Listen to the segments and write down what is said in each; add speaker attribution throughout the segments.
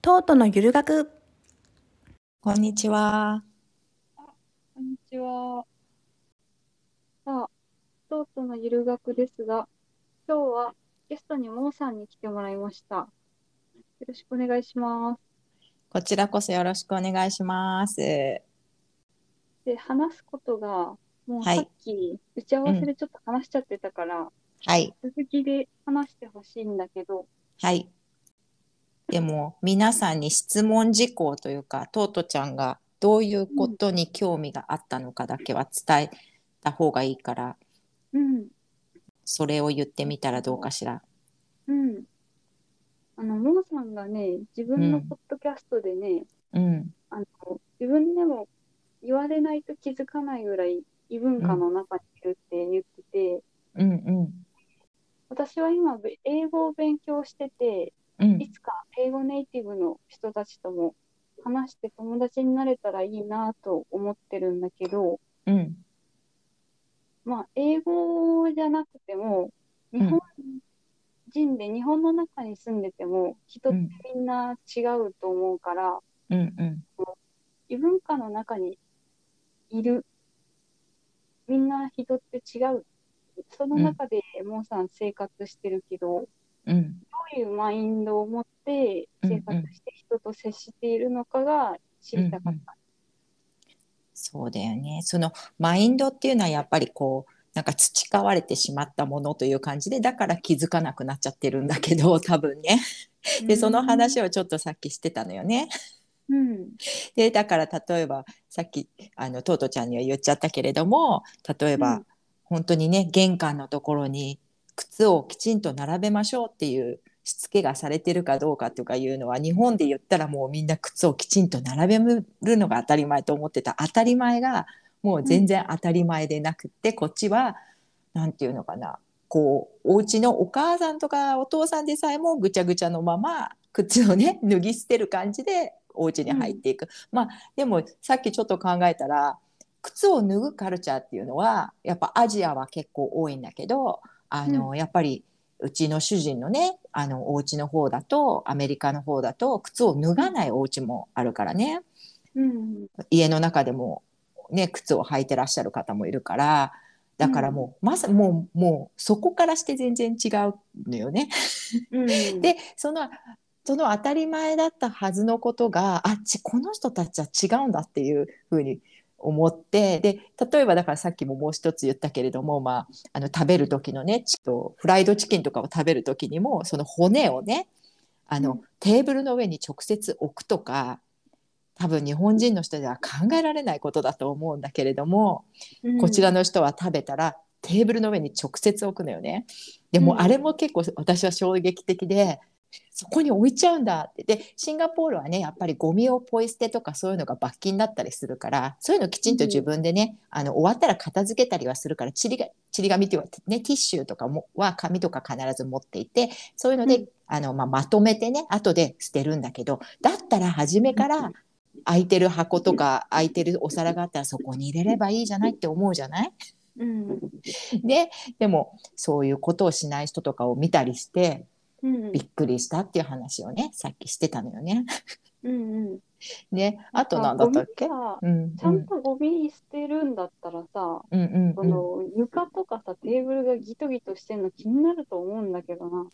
Speaker 1: トートのゆる学
Speaker 2: こんにちは。
Speaker 3: こんにちは。さあ、京都のゆる学ですが、今日はゲストにモーさんに来てもらいました。よろしくお願いします。
Speaker 2: こちらこそよろしくお願いします。
Speaker 3: で、話すことが、もう
Speaker 2: はい
Speaker 3: さっき打ち合わせでちょっと話しちゃってたから、
Speaker 2: はい、
Speaker 3: 続きで話してほしいんだけど、
Speaker 2: はい。でも、皆さんに質問事項というか、トートちゃんがどういうことに興味があったのかだけは伝えた方がいいから、
Speaker 3: うん、
Speaker 2: それを言ってみたらどうかしら。
Speaker 3: うん。あの、モーさんがね、自分
Speaker 2: う
Speaker 3: の
Speaker 2: ん
Speaker 3: ポッドキャストでね、
Speaker 2: うん、
Speaker 3: あの自分でも言われないと気づかないぐらい異文化の中にいるって言ってて、
Speaker 2: うん、うん、
Speaker 3: 私は今べ英語を勉強してて
Speaker 2: うん
Speaker 3: い、つか英語ネイティブの人たちとも話して友達になれたらいいなと思ってるんだけど、
Speaker 2: うん、
Speaker 3: まあ、英語じゃなくても日本人で日本の中に住んでても人ってみんな違うと思うから、
Speaker 2: うん、うん、
Speaker 3: 異文化の中にいるみんな人って違うその中でモンさん生活してるけど、
Speaker 2: うん、
Speaker 3: どういうマインドを持って生活して人と接しているのかが知りたかった。
Speaker 2: そうだよね。そのマインドっていうのはやっぱりこうなんか培われてしまったものという感じでだから気づかなくなっちゃってるんだけど多分ね。でその話
Speaker 3: を、
Speaker 2: をちょっとさっきしてたのよね。
Speaker 3: うん
Speaker 2: でだから例えばさっきあのトートちゃんには言っちゃったけれども例えば、
Speaker 3: うん
Speaker 2: 本当にね玄関のところに靴をきちんと並べましょうっていうしつけがされてるかどうかとかいうのは日本で言ったらもうみんな靴をきちんと並べるのが当たり前と思ってた当たり前がもう全然当たり前でなくって、こっちはなんていうのかなこうお家のお母さんとかお父さんでさえもぐちゃぐちゃのまま靴をね 脱ぎ捨てる感じでお家に入っていく、まあでもさっきちょっと考えたら靴を脱ぐカルチャーっていうのはやっぱアジアは結構多いんだけどあの、やっぱりうちの主人のねあのお家の方だとアメリカの方だと靴を脱がないお家もあるからね
Speaker 3: うん
Speaker 2: 家の中でも、ね、靴を履いてらっしゃる方もいるからだからもう、まさもうもうそこからして全然違うのよね。
Speaker 3: うん、
Speaker 2: でそのその当たり前だったはずのことがあっちこの人たちは違うんだっていうふうに思ってで例えばだからさっきももう一つ言ったけれども、まあ、あの食べる時のねちょっとフライドチキンとかを食べる時にもその骨をねあの、
Speaker 3: うん
Speaker 2: テーブルの上に直接置くとか多分日本人の人では考えられないことだと思うんだけれども、
Speaker 3: うん
Speaker 2: こちらの人は食べたらテーブルの上に直接置くのよね。でも
Speaker 3: うん
Speaker 2: あれも結構私は衝撃的でそこに置いちゃうんだってでシンガポールはねやっぱりゴミをポイ捨てとかそういうのが罰金だったりするからそういうのきちんと自分でね、あの終わったら片付けたりはするからちりがちり紙っていうかねティッシュとかもは紙とか必ず持っていてそういうので、
Speaker 3: う
Speaker 2: あのまあ、まとめてね後で捨てるんだけどだったら初めから、空いてる箱とか空いてるお皿があったらそこに入れればいいじゃないって思うじゃない
Speaker 3: うん
Speaker 2: ででもそういうことをしない人とかを見たりして
Speaker 3: うん
Speaker 2: びっくりしたっていう話をねさっきしてたのよね。
Speaker 3: うんうん、
Speaker 2: ねあと何だったっけ
Speaker 3: あゴミさ
Speaker 2: うん
Speaker 3: ち
Speaker 2: う
Speaker 3: ゃん
Speaker 2: ん
Speaker 3: とゴミ捨てるんだったらさ、
Speaker 2: うんうん
Speaker 3: そ
Speaker 2: うん
Speaker 3: の床とかさテーブルがギトギトしてるの気になると思うんだけどな。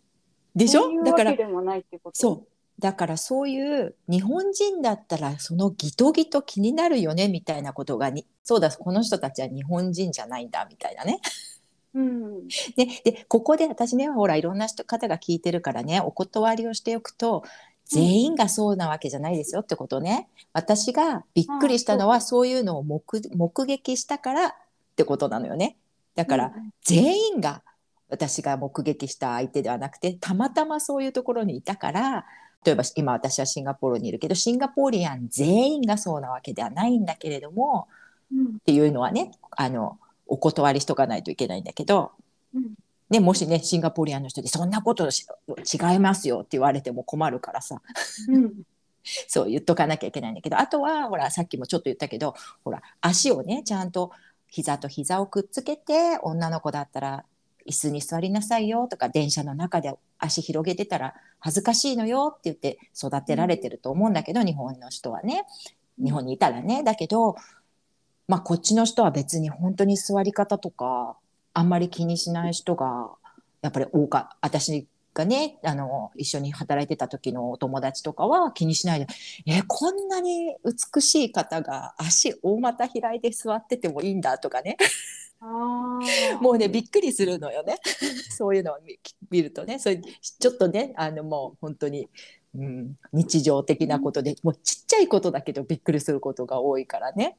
Speaker 2: でし
Speaker 3: そうい
Speaker 2: ょ
Speaker 3: う
Speaker 2: だ
Speaker 3: わ
Speaker 2: から
Speaker 3: けでもないってこと。
Speaker 2: そうだからそういう日本人だったらそのギトギト気になるよねみたいなことがにそうだこの人たちは日本人じゃないんだみたいなね
Speaker 3: う。うん。
Speaker 2: ね、でここで私ねほらいろんな人方が聞いてるからねお断りをしておくと全員がそうなわけじゃないですよってことね私がびっくりしたのはそういうのを目目撃したからってことなのよねだから全員が私が目撃した相手ではなくてたまたまそういうところにいたから例えば今私はシンガポールにいるけどシンガポーリアン全員がそうなわけではないんだけれども
Speaker 3: うん。
Speaker 2: っていうのはねあのお断りしとかないといけないんだけど
Speaker 3: うん。
Speaker 2: ね、もしねシンガポリアンの人でそんなことし違いますよって言われても困るからさ
Speaker 3: うん。
Speaker 2: そう言っとかなきゃいけないんだけどあとはほらさっきもちょっと言ったけどほら足をねちゃんと膝と膝をくっつけて女の子だったら椅子に座りなさいよとか電車の中で足広げてたら恥ずかしいのよって言って育てられてると思うんだけど、日本の人はね日本にいたらねだけど、まあ、こっちの人は別に本当に座り方とかあんまり気にしない人がやっぱり多か私がねあの一緒に働いてた時のお友達とかは気にしないで「えこんなに美しい方が足大股開いて座っててもいいんだ」とかね
Speaker 3: ああ。
Speaker 2: もうねびっくりするのよね そういうのを見見るとねそれちょっとねあのもう本当に、うん、日常的なことで、もうちっちゃいことだけどびっくりすることが多いからね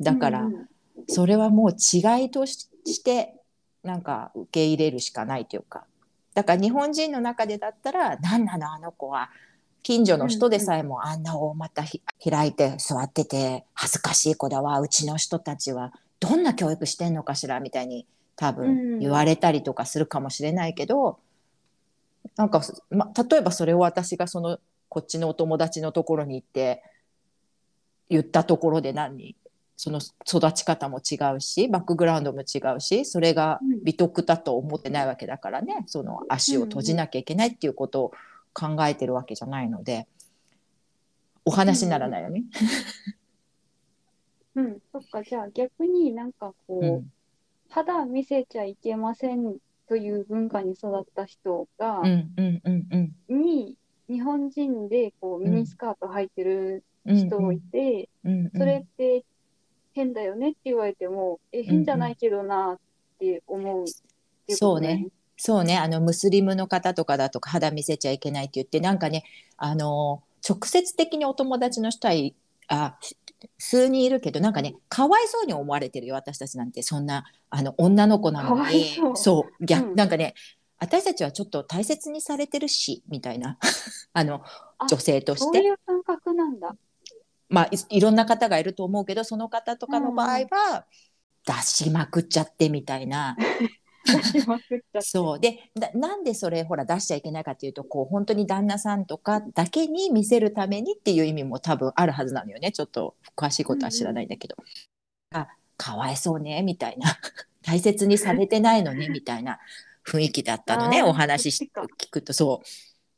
Speaker 2: だから、
Speaker 3: うんうん
Speaker 2: それはもう違いとししてなんか受け入れるしかないというかだから日本人の中でだったら何なのあの子は近所の人でさえもあんな大股ひ開いて座ってて恥ずかしい子だわうちの人たちはどんな教育してんのかしらみたいに多
Speaker 3: うん
Speaker 2: 分言われたりとかするかもしれないけど、なんか、ま、例えばそれを私がそのこっちのお友達のところに行って言ったところで何その育ち方も違うしバックグラウンドも違うしそれが
Speaker 3: うん
Speaker 2: 美徳だと思ってないわけだからねその足を閉じなきゃいけないっていうことを考えてるわけじゃないのでお話にならないよね。
Speaker 3: うん、そっか、じゃあ逆になんかこう、
Speaker 2: うん
Speaker 3: 肌見せちゃいけませんという文化に育った人が
Speaker 2: う、んうんうんうん
Speaker 3: に、日本人でこうミニスカート履いてる
Speaker 2: うんうん
Speaker 3: 人いて、
Speaker 2: うんうん
Speaker 3: それって変だよねって言われても、え、変じゃないけどなって思うっていうことだよ。
Speaker 2: そうねあのムスリムの方とかだとか肌見せちゃいけないって言ってなんかねあの直接的にお友達の人はいあし数人いるけどなんかねかわいそうに思われてるよ私たちなんてそんなあの女の子なのに
Speaker 3: かわいそう
Speaker 2: そう逆、
Speaker 3: うん
Speaker 2: なんかね私たちはちょっと大切にされてるしみたいな あの
Speaker 3: あ
Speaker 2: 女性とし
Speaker 3: そう
Speaker 2: て
Speaker 3: いう感覚なんだ。
Speaker 2: まあいいろんな方がいると思うけどその方とかの場合
Speaker 3: うんう
Speaker 2: は出しまくっちゃってみたいな。
Speaker 3: 出しまくっちゃって。
Speaker 2: そうでだなんでそれほら出しちゃいけないかっていうとこう本当に旦那さんとかだけに見せるためにっていう意味も多分あるはずなのよねちょっと詳しいことは知らないんだけど、あかわいそうねみたいな 大切にされてないのねみたいな雰囲気だったのね
Speaker 3: あー
Speaker 2: お話
Speaker 3: そ
Speaker 2: し
Speaker 3: っちか
Speaker 2: 聞くとそ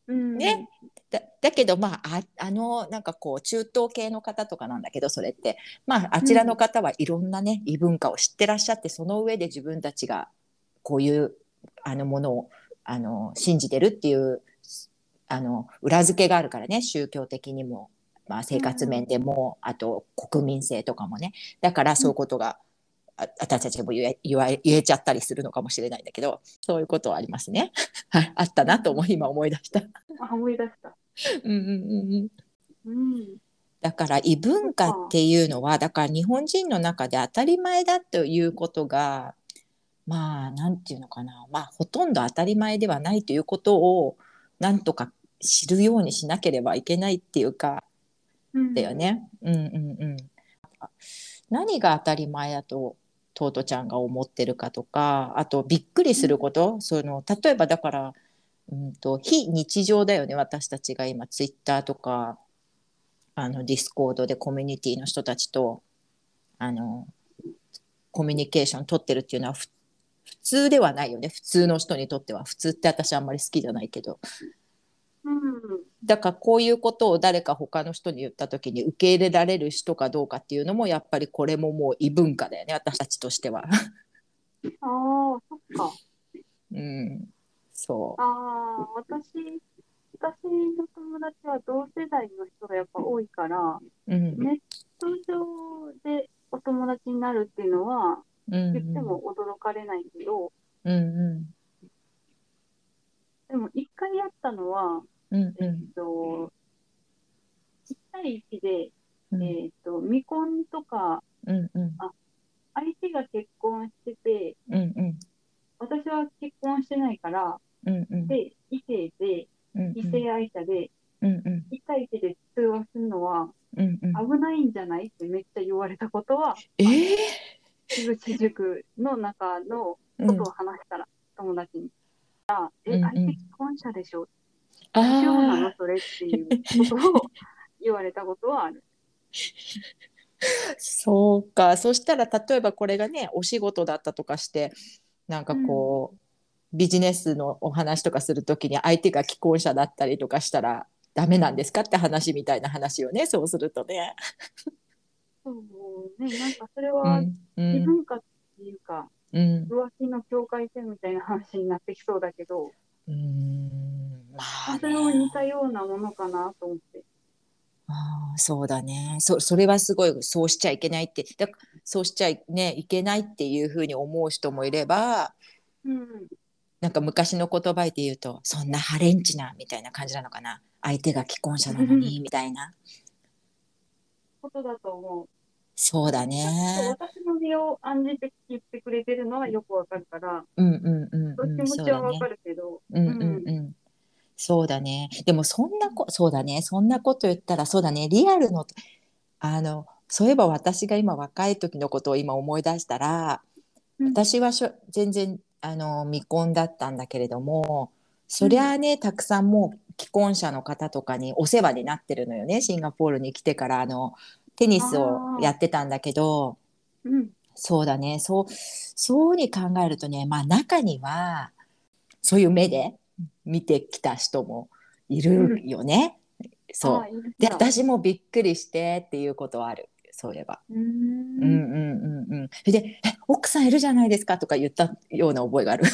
Speaker 2: う
Speaker 3: うん。
Speaker 2: ねだだけどまあああのなんかこう中東系の方とかなんだけどそれってまああちらの方はいろんなね、異文化を知ってらっしゃってその上で自分たちがこういうあのものをあの信じてるっていうあの裏付けがあるからね宗教的にも、まあ、生活面でも、あと国民性とかもねだからそういうことが、あ私たちも言え言わ言えちゃったりするのかもしれないんだけどそういうことはありますねはいあったなと思い今思い出した。
Speaker 3: あ、思い出した。
Speaker 2: うんうんうんうん
Speaker 3: うん。
Speaker 2: だから異文化っていうのはだから日本人の中で当たり前だということがまあなんていうのかなまあほとんど当たり前ではないということをなんとか知るようにしなければいけないっていうか
Speaker 3: うん
Speaker 2: だよ。ね。うんうんうん、何が当たり前だとトートちゃんが思ってるかとかあとびっくりすること、その例えばだから、うん、と非日常だよね私たちが今ツイッターとかあのディスコードでコミュニティの人たちとあのコミュニケーション取ってるっていうのはふ普通ではないよね普通の人にとっては普通って私あんまり好きじゃないけど
Speaker 3: うん。
Speaker 2: だからこういうことを誰か他の人に言った時に受け入れられる人かどうかっていうのもやっぱりこれももう異文化だよね私たちとしては。
Speaker 3: ああ、そっか。
Speaker 2: うん、そ
Speaker 3: ああ、私、私の友達は同世代の人がやっぱ多いから、
Speaker 2: う、うん
Speaker 3: 通常でお友達になるっていうのは、
Speaker 2: うんうん、
Speaker 3: 言っても驚かれないけど、
Speaker 2: うんうん
Speaker 3: でも一回やったのは、
Speaker 2: うん
Speaker 3: えっ
Speaker 2: うん
Speaker 3: と、1対1で、
Speaker 2: うん
Speaker 3: えっと、未婚とか、
Speaker 2: うんうん
Speaker 3: 相手が結婚してて、
Speaker 2: うんうん
Speaker 3: 私は結婚してないから、
Speaker 2: うんうん
Speaker 3: で、異性で、
Speaker 2: うん
Speaker 3: 異性愛者で、
Speaker 2: うんうん
Speaker 3: 1対1で通話するのは
Speaker 2: うんうん
Speaker 3: 危ないんじゃないってめっちゃ言われたこ とは、
Speaker 2: えー
Speaker 3: 樋口塾の中の
Speaker 2: う
Speaker 3: こ
Speaker 2: ん
Speaker 3: とを話したら、友達に。あ、
Speaker 2: う
Speaker 3: え、
Speaker 2: んうん
Speaker 3: 相手既婚者でしょ大丈夫なの
Speaker 2: あ
Speaker 3: それっていうことを言われたことはあ る。
Speaker 2: ーそうかそしたら例えばこれがねお仕事だったとかしてなんかこう、ビジネスのお話とかするときに相手が既婚者だったりとかしたらダメなんですかって話みたいな話をねそうするとね。
Speaker 3: そうね、なんかそれ
Speaker 2: う
Speaker 3: は
Speaker 2: んう
Speaker 3: 自
Speaker 2: ん
Speaker 3: 分かっていうか、
Speaker 2: うん
Speaker 3: 浮気の境界線みたいな話になってきそうだけど、
Speaker 2: うんまあ
Speaker 3: それも似
Speaker 2: ね、
Speaker 3: たようなものかなと思って。
Speaker 2: あーそうだねそそれはすごいそうしちゃいけないってだからそうしちゃい,、ね、いけないっていうふうに思う人もいれば
Speaker 3: うん。
Speaker 2: なんか昔の言葉で言うとそんなハレンチなみたいな感じなのかな相手が既婚者なのにみたいな
Speaker 3: ことだと思う。
Speaker 2: そうだ
Speaker 3: そう
Speaker 2: ね
Speaker 3: 私の身を案じて言ってくれてるのはよくわかるから、
Speaker 2: うんうんうん
Speaker 3: そっち
Speaker 2: うん
Speaker 3: 気
Speaker 2: そ
Speaker 3: 持
Speaker 2: う
Speaker 3: ちは
Speaker 2: だ
Speaker 3: わ
Speaker 2: ね
Speaker 3: かるけど、
Speaker 2: うんうんうん。そうだね。でもそんなこ、そうだね。そんなこと言ったら、そうだね。リアルの、あの、そういえば私が今若い時のことを今思い出したら、
Speaker 3: うん
Speaker 2: 私はしょ全然あの未婚だったんだけれども、そりゃあね、たくさんもう既婚者の方とかにお世話になってるのよね。シンガポールに来てからあのテニスをやってたんだけど、
Speaker 3: うん。
Speaker 2: そうだね。そう、そうに考えるとね、まあ中には、そういう目で見てきた人もいるよね。そう。
Speaker 3: う。
Speaker 2: で、
Speaker 3: だ。
Speaker 2: 私もびっくりしてっていうことはある。そういえば。
Speaker 3: うー
Speaker 2: うん
Speaker 3: ん。
Speaker 2: うんうんうん。それで、え奥さんいるじゃないですかとか言ったような覚えがある。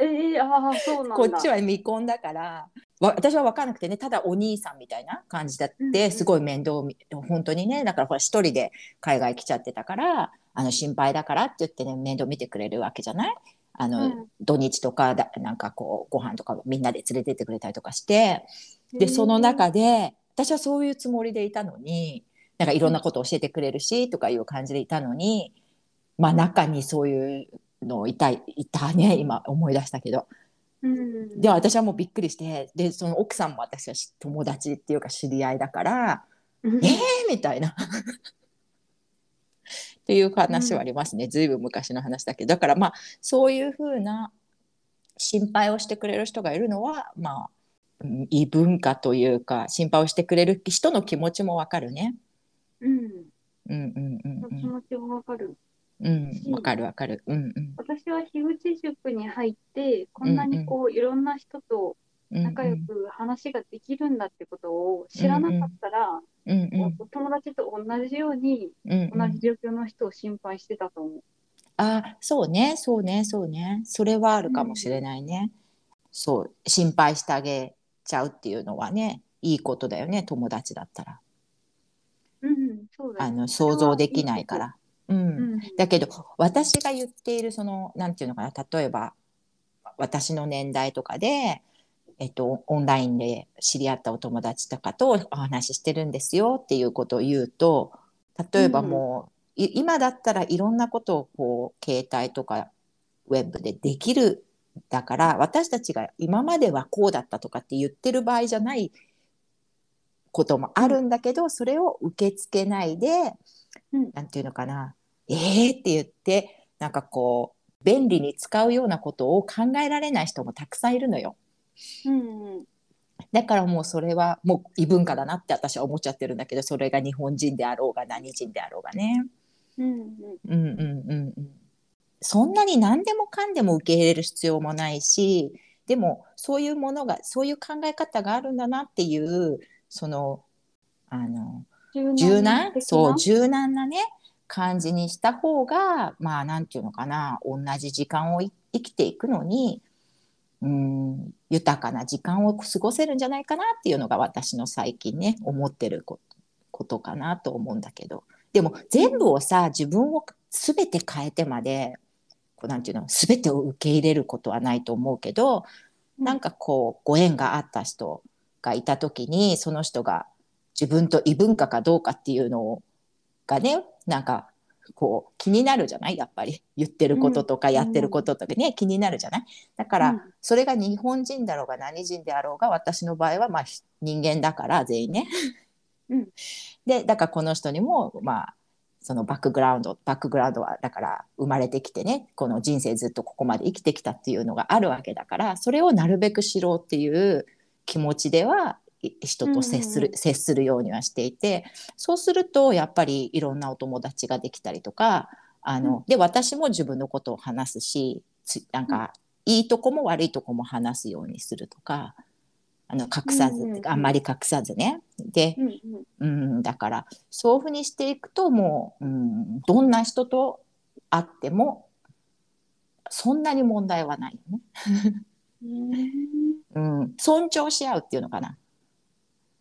Speaker 3: ええああ、そうなんだ。
Speaker 2: こっちは未婚だから。わ私は分からなくてねただお兄さんみたいな感じだっ
Speaker 3: うんう
Speaker 2: て
Speaker 3: ん
Speaker 2: すごい面倒見本当にねだからほら一人で海外来ちゃってたからあの心配だからって言ってね面倒見てくれるわけじゃないあの、
Speaker 3: うん
Speaker 2: 土日とかだなんかこうご飯とかみんなで連れてってくれたりとかしてでその中で私はそういうつもりでいたのになんかいろんなことを教えてくれるしとかいう感じでいたのにまあ中にそういうのいたいたね今思い出したけど
Speaker 3: うん、
Speaker 2: で私はもうびっくりしてでその奥さんも私はし友達っていうか知り合いだから
Speaker 3: うん
Speaker 2: えーみたいな。 っていう話はありますね、ずいぶん昔の話だけどだからまあそういうふうな心配をしてくれる人がいるのはまあうん異文化というか心配をしてくれる人の気持ちもわかるね。
Speaker 3: うん。
Speaker 2: うんうんう
Speaker 3: その気
Speaker 2: ん
Speaker 3: 持ちもわかる。
Speaker 2: うんうんわかるわかる。うんうん
Speaker 3: 私は樋口塾に入って、こんなにこう、いろんな人と
Speaker 2: うんうん
Speaker 3: 仲良く話ができるんだってことを知らなかったら、
Speaker 2: うんうん
Speaker 3: こう友達と同じように、
Speaker 2: うんう
Speaker 3: 同
Speaker 2: ん
Speaker 3: じ状況の人を心配してたと思う。
Speaker 2: あ、そうね、そうね、そうね。それはあるかもしれないね。そう、心配してあげちゃうっていうのはね、いいことだよね、友達だったら。
Speaker 3: うん、そうだ
Speaker 2: あ
Speaker 3: よね。
Speaker 2: の、想像できないから。う。
Speaker 3: うんん。
Speaker 2: だけど、私が言っている、その、なんていうのかな、例えば、私の年代とかで、えっと、オンラインで知り合ったお友達とかとお話ししてるんですよっていうことを言うと例えばもう、い今だったらいろんなことをこう携帯とかウェブでできるだから私たちが今まではこうだったとかって言ってる場合じゃないこともあるんだけど、それを受け付けないで、
Speaker 3: うん
Speaker 2: なんていうのかなえーって言ってなんかこう便利に使うようなことを考えられない人もたくさんいるのよ。
Speaker 3: うん、うん
Speaker 2: だからもうそれはもう異文化だなって私は思っちゃってるんだけどそれが日本人であろうが何人であろうがね。
Speaker 3: うん、
Speaker 2: うんうんうんうん、そんなに何でもかんでも受け入れる必要もないしでもそういうものがそういう考え方があるんだなっていうそのあの
Speaker 3: 柔
Speaker 2: 柔軟
Speaker 3: 的な
Speaker 2: そう柔軟なね感じにした方がまあなんていうのかな同じ時間をい生きていくのにうん豊かな時間を過ごせるんじゃないかなっていうのが私の最近ね思ってることことかなと思うんだけどでも全部をさ自分を全て変えてまでこうなんていうの全てを受け入れることはないと思うけど
Speaker 3: うん
Speaker 2: なんかこうご縁があった人がいた時にその人が自分と異文化かどうかっていうのをがねなんかこう気になるじゃないやっぱり言ってることとかやってることとかね、気になるじゃないだから、
Speaker 3: うん
Speaker 2: それが日本人だろうが何人であろうが私の場合はまあひ人間だから全員ね。
Speaker 3: うん
Speaker 2: でだからこの人にもまあそのバックグラウンドバックグラウンドはだから生まれてきてねこの人生ずっとここまで生きてきたっていうのがあるわけだからそれをなるべく知ろうっていう気持ちではい人と接する、
Speaker 3: うん
Speaker 2: 接するようにはしていてそうするとやっぱりいろんなお友達ができたりとかあの、で私も自分のことを話すしつなんかいいとこも悪いとこも話すようにするとかあの隠さず、
Speaker 3: うんうんうん
Speaker 2: あんまり隠さずねで、
Speaker 3: うんうん
Speaker 2: うん、だからそういうふうにしていくともう、うん、どんな人と会ってもそんなに問題はないよね、
Speaker 3: うん
Speaker 2: うん、尊重し合うっていうのかな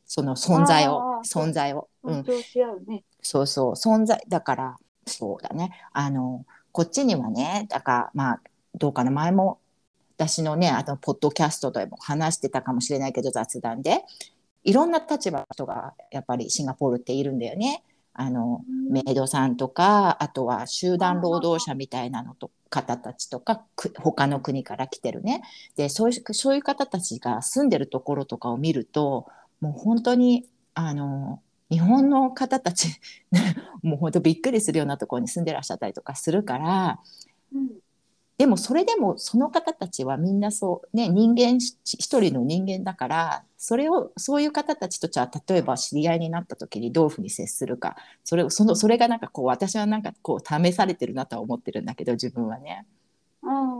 Speaker 2: その存在を
Speaker 3: あー
Speaker 2: 存在を、うん
Speaker 3: 尊、重し合うね。
Speaker 2: そうそう存在だからそうだねあのこっちにはねだからまあどうかな前も私のねあのポッドキャストでも話してたかもしれないけど雑談でいろんな立場の人がやっぱりシンガポールっているんだよね。あの
Speaker 3: うん
Speaker 2: メイドさんとかあとは集団労働者みたいなのと方たちとかく他の国から来てるねでそういうそういう方たちが住んでるところとかを見るともう本当にあの日本の方たち もう本当びっくりするようなところに住んでらっしゃったりとかするから
Speaker 3: うん
Speaker 2: でもそれでもその方たちはみんなそうね人間し一人の人間だからそれをそういう方たちとじゃあ例えば知り合いになった時にどういうふうに接するかそれをそのそれがなんかこう私はなんかこう試されてるなとは思ってるんだけど自分はね。
Speaker 3: あ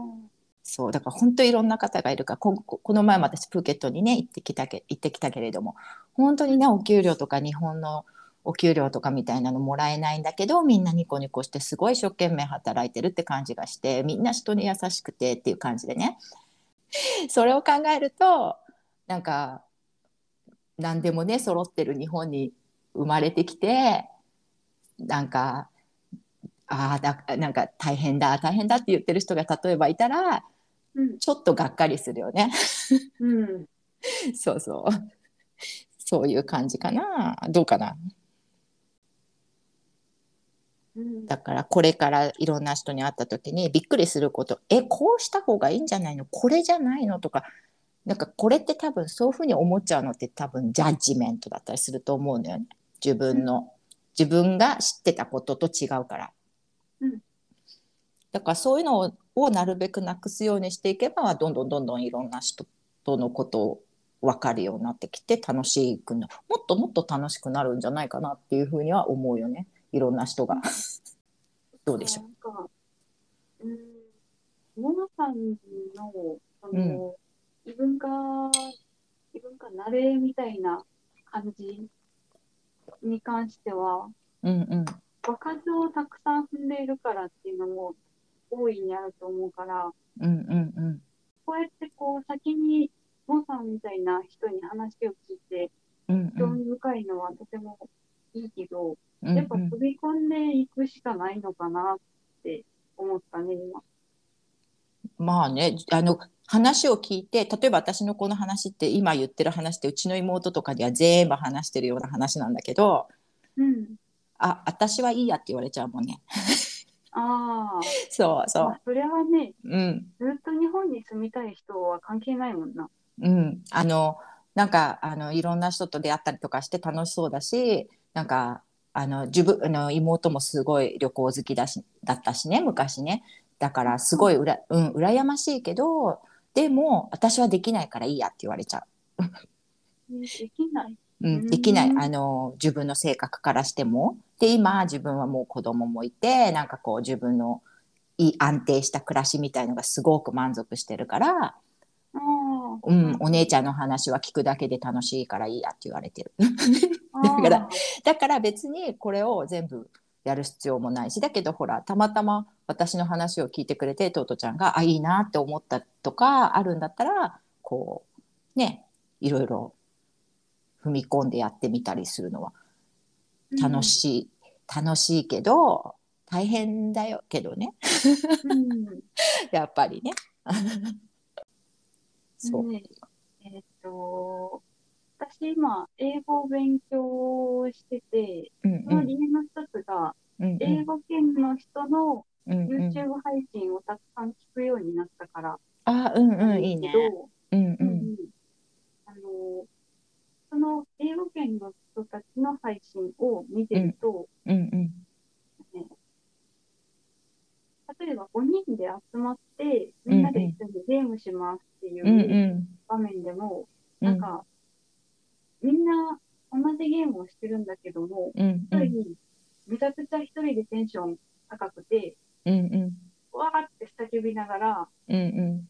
Speaker 2: そうだから本当いろんな方がいるからこここの前も私プーケットにね行ってきたけ行ってきたけれども本当にねお給料とか日本のお給料とかみたいなのもらえないんだけどみんなニコニコしてすごい一生懸命働いてるって感じがしてみんな人に優しくてっていう感じでね それを考えるとなんか何でもね揃ってる日本に生まれてきてなんかあーだなんか大変だ大変だって言ってる人が例えばいたら
Speaker 3: ーうん
Speaker 2: ちょっとがっかりするよね。
Speaker 3: うん
Speaker 2: そうそう。そういう感じかな。どうかな。
Speaker 3: うん
Speaker 2: だからこれからいろんな人に会った時にびっくりすること、え、こうした方がいいんじゃないのこれじゃないのとか、なんかこれって多分そういうふうに思っちゃうのって多分ジャッジメントだったりすると思うのよね。自分の、自分が知ってたことと違うから。
Speaker 3: うん
Speaker 2: だからそういうのををなるべくなくすようにしていけば、どんどんどんどんいろんな人とのことを分かるようになってきて楽しくなもっともっと楽しくなるんじゃないかなっていうふうには思うよねいろんな人が。どうでしょう
Speaker 3: なんか、うん、ももさんの、あの、異文化、異文化慣れみたいな感じに関しては、
Speaker 2: うんうん
Speaker 3: 場数をたくさん踏んでいるからっていうのも大いにあると思うから、
Speaker 2: うんうんうん
Speaker 3: こうやってこう先にもさんみたいな人に話を聞いて
Speaker 2: うんう
Speaker 3: 興
Speaker 2: ん
Speaker 3: 味深いのはとてもいいけど、
Speaker 2: うん
Speaker 3: やっぱ飛び込んでいくしかないのかなって思ったね、今。
Speaker 2: まあねあの話を聞いて例えば私のこの話って今言ってる話ってうちの妹とかには全部話してるような話なんだけど
Speaker 3: うん。
Speaker 2: あ私はいいやって言われちゃうもんね。
Speaker 3: ああ、
Speaker 2: そうそ
Speaker 3: まあ、それはね、
Speaker 2: う。うん
Speaker 3: ずっと日本に住みたい人は関係ないもんな。
Speaker 2: うん、あのなんかあのいろんな人と出会ったりとかして楽しそうだしなんかあの自分あの妹もすごい旅行好きだしだったしね昔ねだからすごいうら、うん、羨ましいけどでも私はできないからいいやって言われちゃ
Speaker 3: できない。
Speaker 2: う、う、
Speaker 3: うんん
Speaker 2: できないあの自分の性格からしてもで今自分はもう子供もいてなんかこう自分のいい安定した暮らしみたいのがすごく満足してるから
Speaker 3: ああ。
Speaker 2: うん、お姉ちゃんの話は聞くだけで楽しいからいいやって言われてる。
Speaker 3: あー
Speaker 2: だから。だから別にこれを全部やる必要もないし、だけどほら、たまたま私の話を聞いてくれて、トートちゃんが、あ、いいなって思ったとかあるんだったら、こう、ね、いろいろ踏み込んでやってみたりするのは楽
Speaker 3: い。
Speaker 2: しい、楽しいけど、大変だよけどね、
Speaker 3: うん。
Speaker 2: やっぱりね。 そう。
Speaker 3: ねえーっと、私今、英語を勉強をしてて、
Speaker 2: うん
Speaker 3: そうの
Speaker 2: ん
Speaker 3: 理由の一つが、
Speaker 2: うんう
Speaker 3: 英
Speaker 2: ん
Speaker 3: 語圏の人の
Speaker 2: うんうん
Speaker 3: YouTube 配信をたくさん聞くようになったから、
Speaker 2: あ、うんうん、いい
Speaker 3: け
Speaker 2: ね。
Speaker 3: ど、
Speaker 2: うんう
Speaker 3: うん
Speaker 2: ん。
Speaker 3: あの、その英語圏の人たちの配信を見てると、
Speaker 2: うんうん
Speaker 3: 例えば5人で集まって、みんなで一緒にゲームしますってい
Speaker 2: うん
Speaker 3: う
Speaker 2: う
Speaker 3: 場面でも、
Speaker 2: ん
Speaker 3: なんか、みんな同じゲームをしてるんだけども、
Speaker 2: うんう
Speaker 3: 一
Speaker 2: ん
Speaker 3: 人、めちゃくちゃ一人でテンション高くて、
Speaker 2: うんうん
Speaker 3: わーって叫びながら、
Speaker 2: うんうん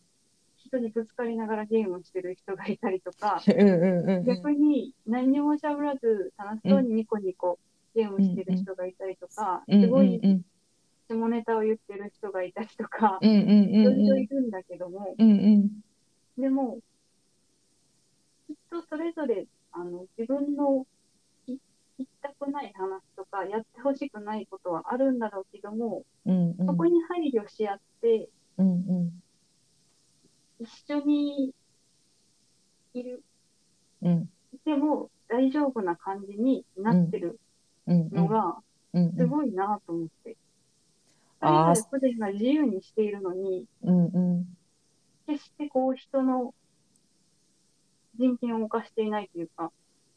Speaker 3: 人にぶつかりながらゲームしてる人がいたりとか、
Speaker 2: うんうんうんうん
Speaker 3: 逆に何にもしゃべらず楽しそうにニコニコゲームしてる人がいたりとか、
Speaker 2: うん
Speaker 3: すごい
Speaker 2: うん
Speaker 3: 下ネタを言ってる人がいたりとか、
Speaker 2: うんうん
Speaker 3: いろ
Speaker 2: うん
Speaker 3: いろ
Speaker 2: う
Speaker 3: い
Speaker 2: ん
Speaker 3: るんだけども、
Speaker 2: うんうん
Speaker 3: でも、きっとそれぞれ、あの、自分のい聞きたくない話とか、やってほしくないことはあるんだろうけども、
Speaker 2: うんうん
Speaker 3: そこに配慮し合って、
Speaker 2: うんうん
Speaker 3: 一緒にいる、
Speaker 2: うん
Speaker 3: いても大丈夫な感じになってる
Speaker 2: うん
Speaker 3: のが、
Speaker 2: うんうん
Speaker 3: すごいなと思って。
Speaker 2: あー
Speaker 3: それぞれ個人が自由にしているのに、
Speaker 2: うんうん
Speaker 3: 決してこう人の人権を犯していないというか、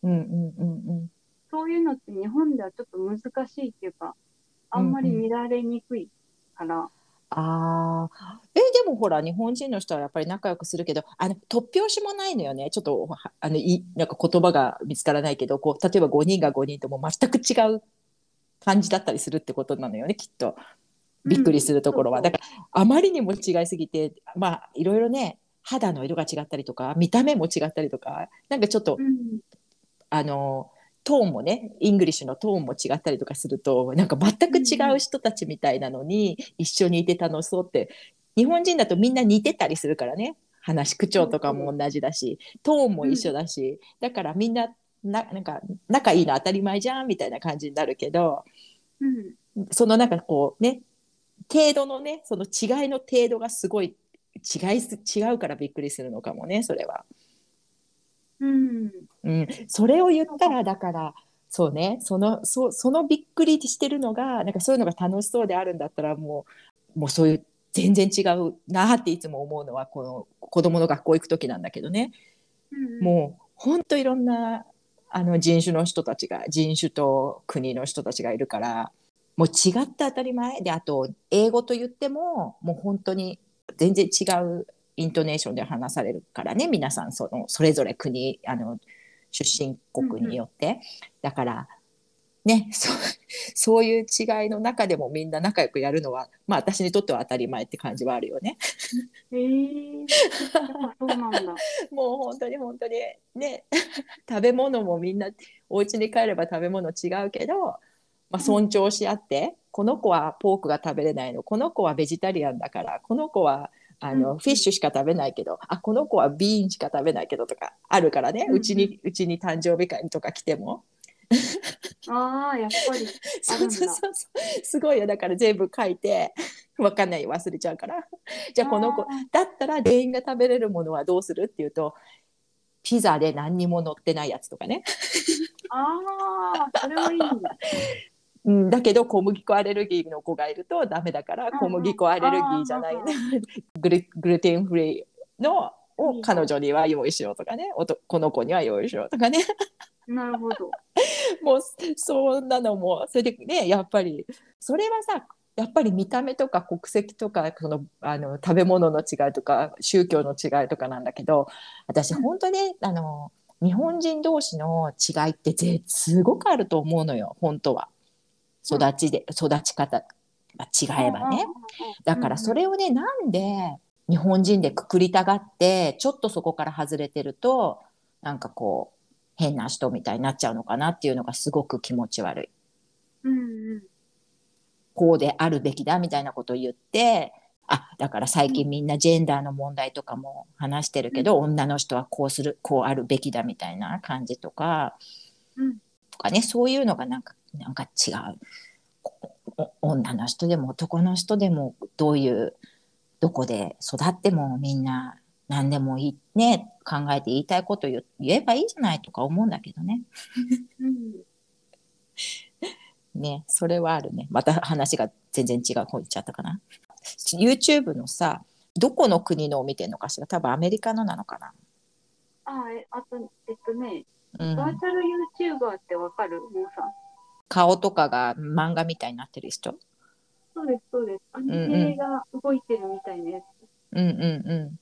Speaker 2: うんうんうん
Speaker 3: そういうのって日本ではちょっと難しいっていうか、あんまり見られにくいか
Speaker 2: あ
Speaker 3: ら、
Speaker 2: あえでもほら日本人の人はやっぱり仲良くするけどあの突拍子もないのよねちょっとはあのいなんか言葉が見つからないけどこう例えば5人が5人とも全く違う感じだったりするってことなのよねきっとびっくりするところは、
Speaker 3: うん
Speaker 2: だからあまりにも違いすぎてまあいろいろね肌の色が違ったりとか見た目も違ったりとかなんかちょっと
Speaker 3: うん、
Speaker 2: あのトーンもねイングリッシュのトーンも違ったりとかするとなんか全く違う人たちみたいなのに一緒にいて楽しそうって日本人だとみんな似てたりするからね話口調とかも同じだしトーンも一緒だし、だからみんなななんか仲いいの当たり前じゃんみたいな感じになるけど
Speaker 3: うん、
Speaker 2: そのなんかこうね程度のねその違いの程度がすごい違いす違うからびっくりするのかもねそれは。
Speaker 3: うん、
Speaker 2: うん、それを言ったらだからそうねそのそそのびっくりしてるのがなんかそういうのが楽しそうであるんだったらもうもうそういう全然違うなっていつも思うのはこの子供の学校行く時なんだけどね
Speaker 3: うん、
Speaker 2: もうほんといろんなあの人種の人たちが人種と国の人たちがいるからもう違った当たり前であと英語と言ってももう本当に全然違うイントネーションで話されるからね皆さんそのそれぞれ国あの出身国によって、だからねそうそういう違いの中でもみんな仲良くやるのはまあ私にとっては当たり前って感じはあるよね。
Speaker 3: えー、やっぱそうなんだ。
Speaker 2: もう本当に本当にね 食べ物もみんなお家に帰れば食べ物違うけど、まあ、尊重し合って、この子はポークが食べれないのこの子はベジタリアンだからこの子はあの、
Speaker 3: うん
Speaker 2: フィッシュしか食べないけどあこの子はビーンしか食べないけどとかあるからね
Speaker 3: うん
Speaker 2: うちにうちに誕生日会とか来て も。
Speaker 3: ああ、やっぱり。ある
Speaker 2: そ
Speaker 3: ん
Speaker 2: う
Speaker 3: だ
Speaker 2: そうそうそうすごいよだから全部書いてわかんない忘れちゃうからじゃあこの子
Speaker 3: あー
Speaker 2: だったら全員が食べれるものはどうするっていうとピザで何にも乗ってないやつとかね、
Speaker 3: あー、それはいいんだ。
Speaker 2: うん、だけど小麦粉アレルギーの子がいるとダメだから
Speaker 3: うん
Speaker 2: 小麦粉アレルギーじゃない、
Speaker 3: うんうんう
Speaker 2: グルグルテンフリーの
Speaker 3: いい
Speaker 2: を
Speaker 3: ね
Speaker 2: 彼女には用意しようとかねおとこの子には用意しようとかね
Speaker 3: なるほど。
Speaker 2: もうそんなのもそれでねやっぱりそれはさやっぱり見た目とか国籍とかそのあの食べ物の違いとか宗教の違いとかなんだけど私本当ねあの日本人同士の違いってぜすごくあると思うのよ本当は育ちで育ち方が違えばね。だからそれをね、なんで日本人でくくりたがってちょっとそこから外れてるとなんかこう変な人みたいになっちゃうのかなっていうのがすごく気持ち悪い
Speaker 3: うんうん。
Speaker 2: こうであるべきだみたいなことを言ってあだから最近みんなジェンダーの問題とかも話してるけど、女の人はこうするこうあるべきだみたいな感じとか、
Speaker 3: うん
Speaker 2: とかねそういうのがなんかなんか違うこお女の人でも男の人でもどういうどこで育ってもみんな何でもいいね考えて言いたいこと言言えばいいじゃないとか思うんだけどね。
Speaker 3: うんうん。
Speaker 2: ね、それはあるね。また話が全然違う方行っちゃったかな。YouTube のさ、どこの国のを見てんのかしら多分アメリカのなのか
Speaker 3: ああ、え、あと、えっとね、
Speaker 2: な。
Speaker 3: バ
Speaker 2: う
Speaker 3: ー
Speaker 2: ん、
Speaker 3: チャル YouTuber ってわかるもうさん。
Speaker 2: 顔とかが漫画みたいになってる人。
Speaker 3: そうです、そうです。アニ
Speaker 2: うんう
Speaker 3: メ
Speaker 2: ん
Speaker 3: が動いてるみたいなやつ。
Speaker 2: うんうんう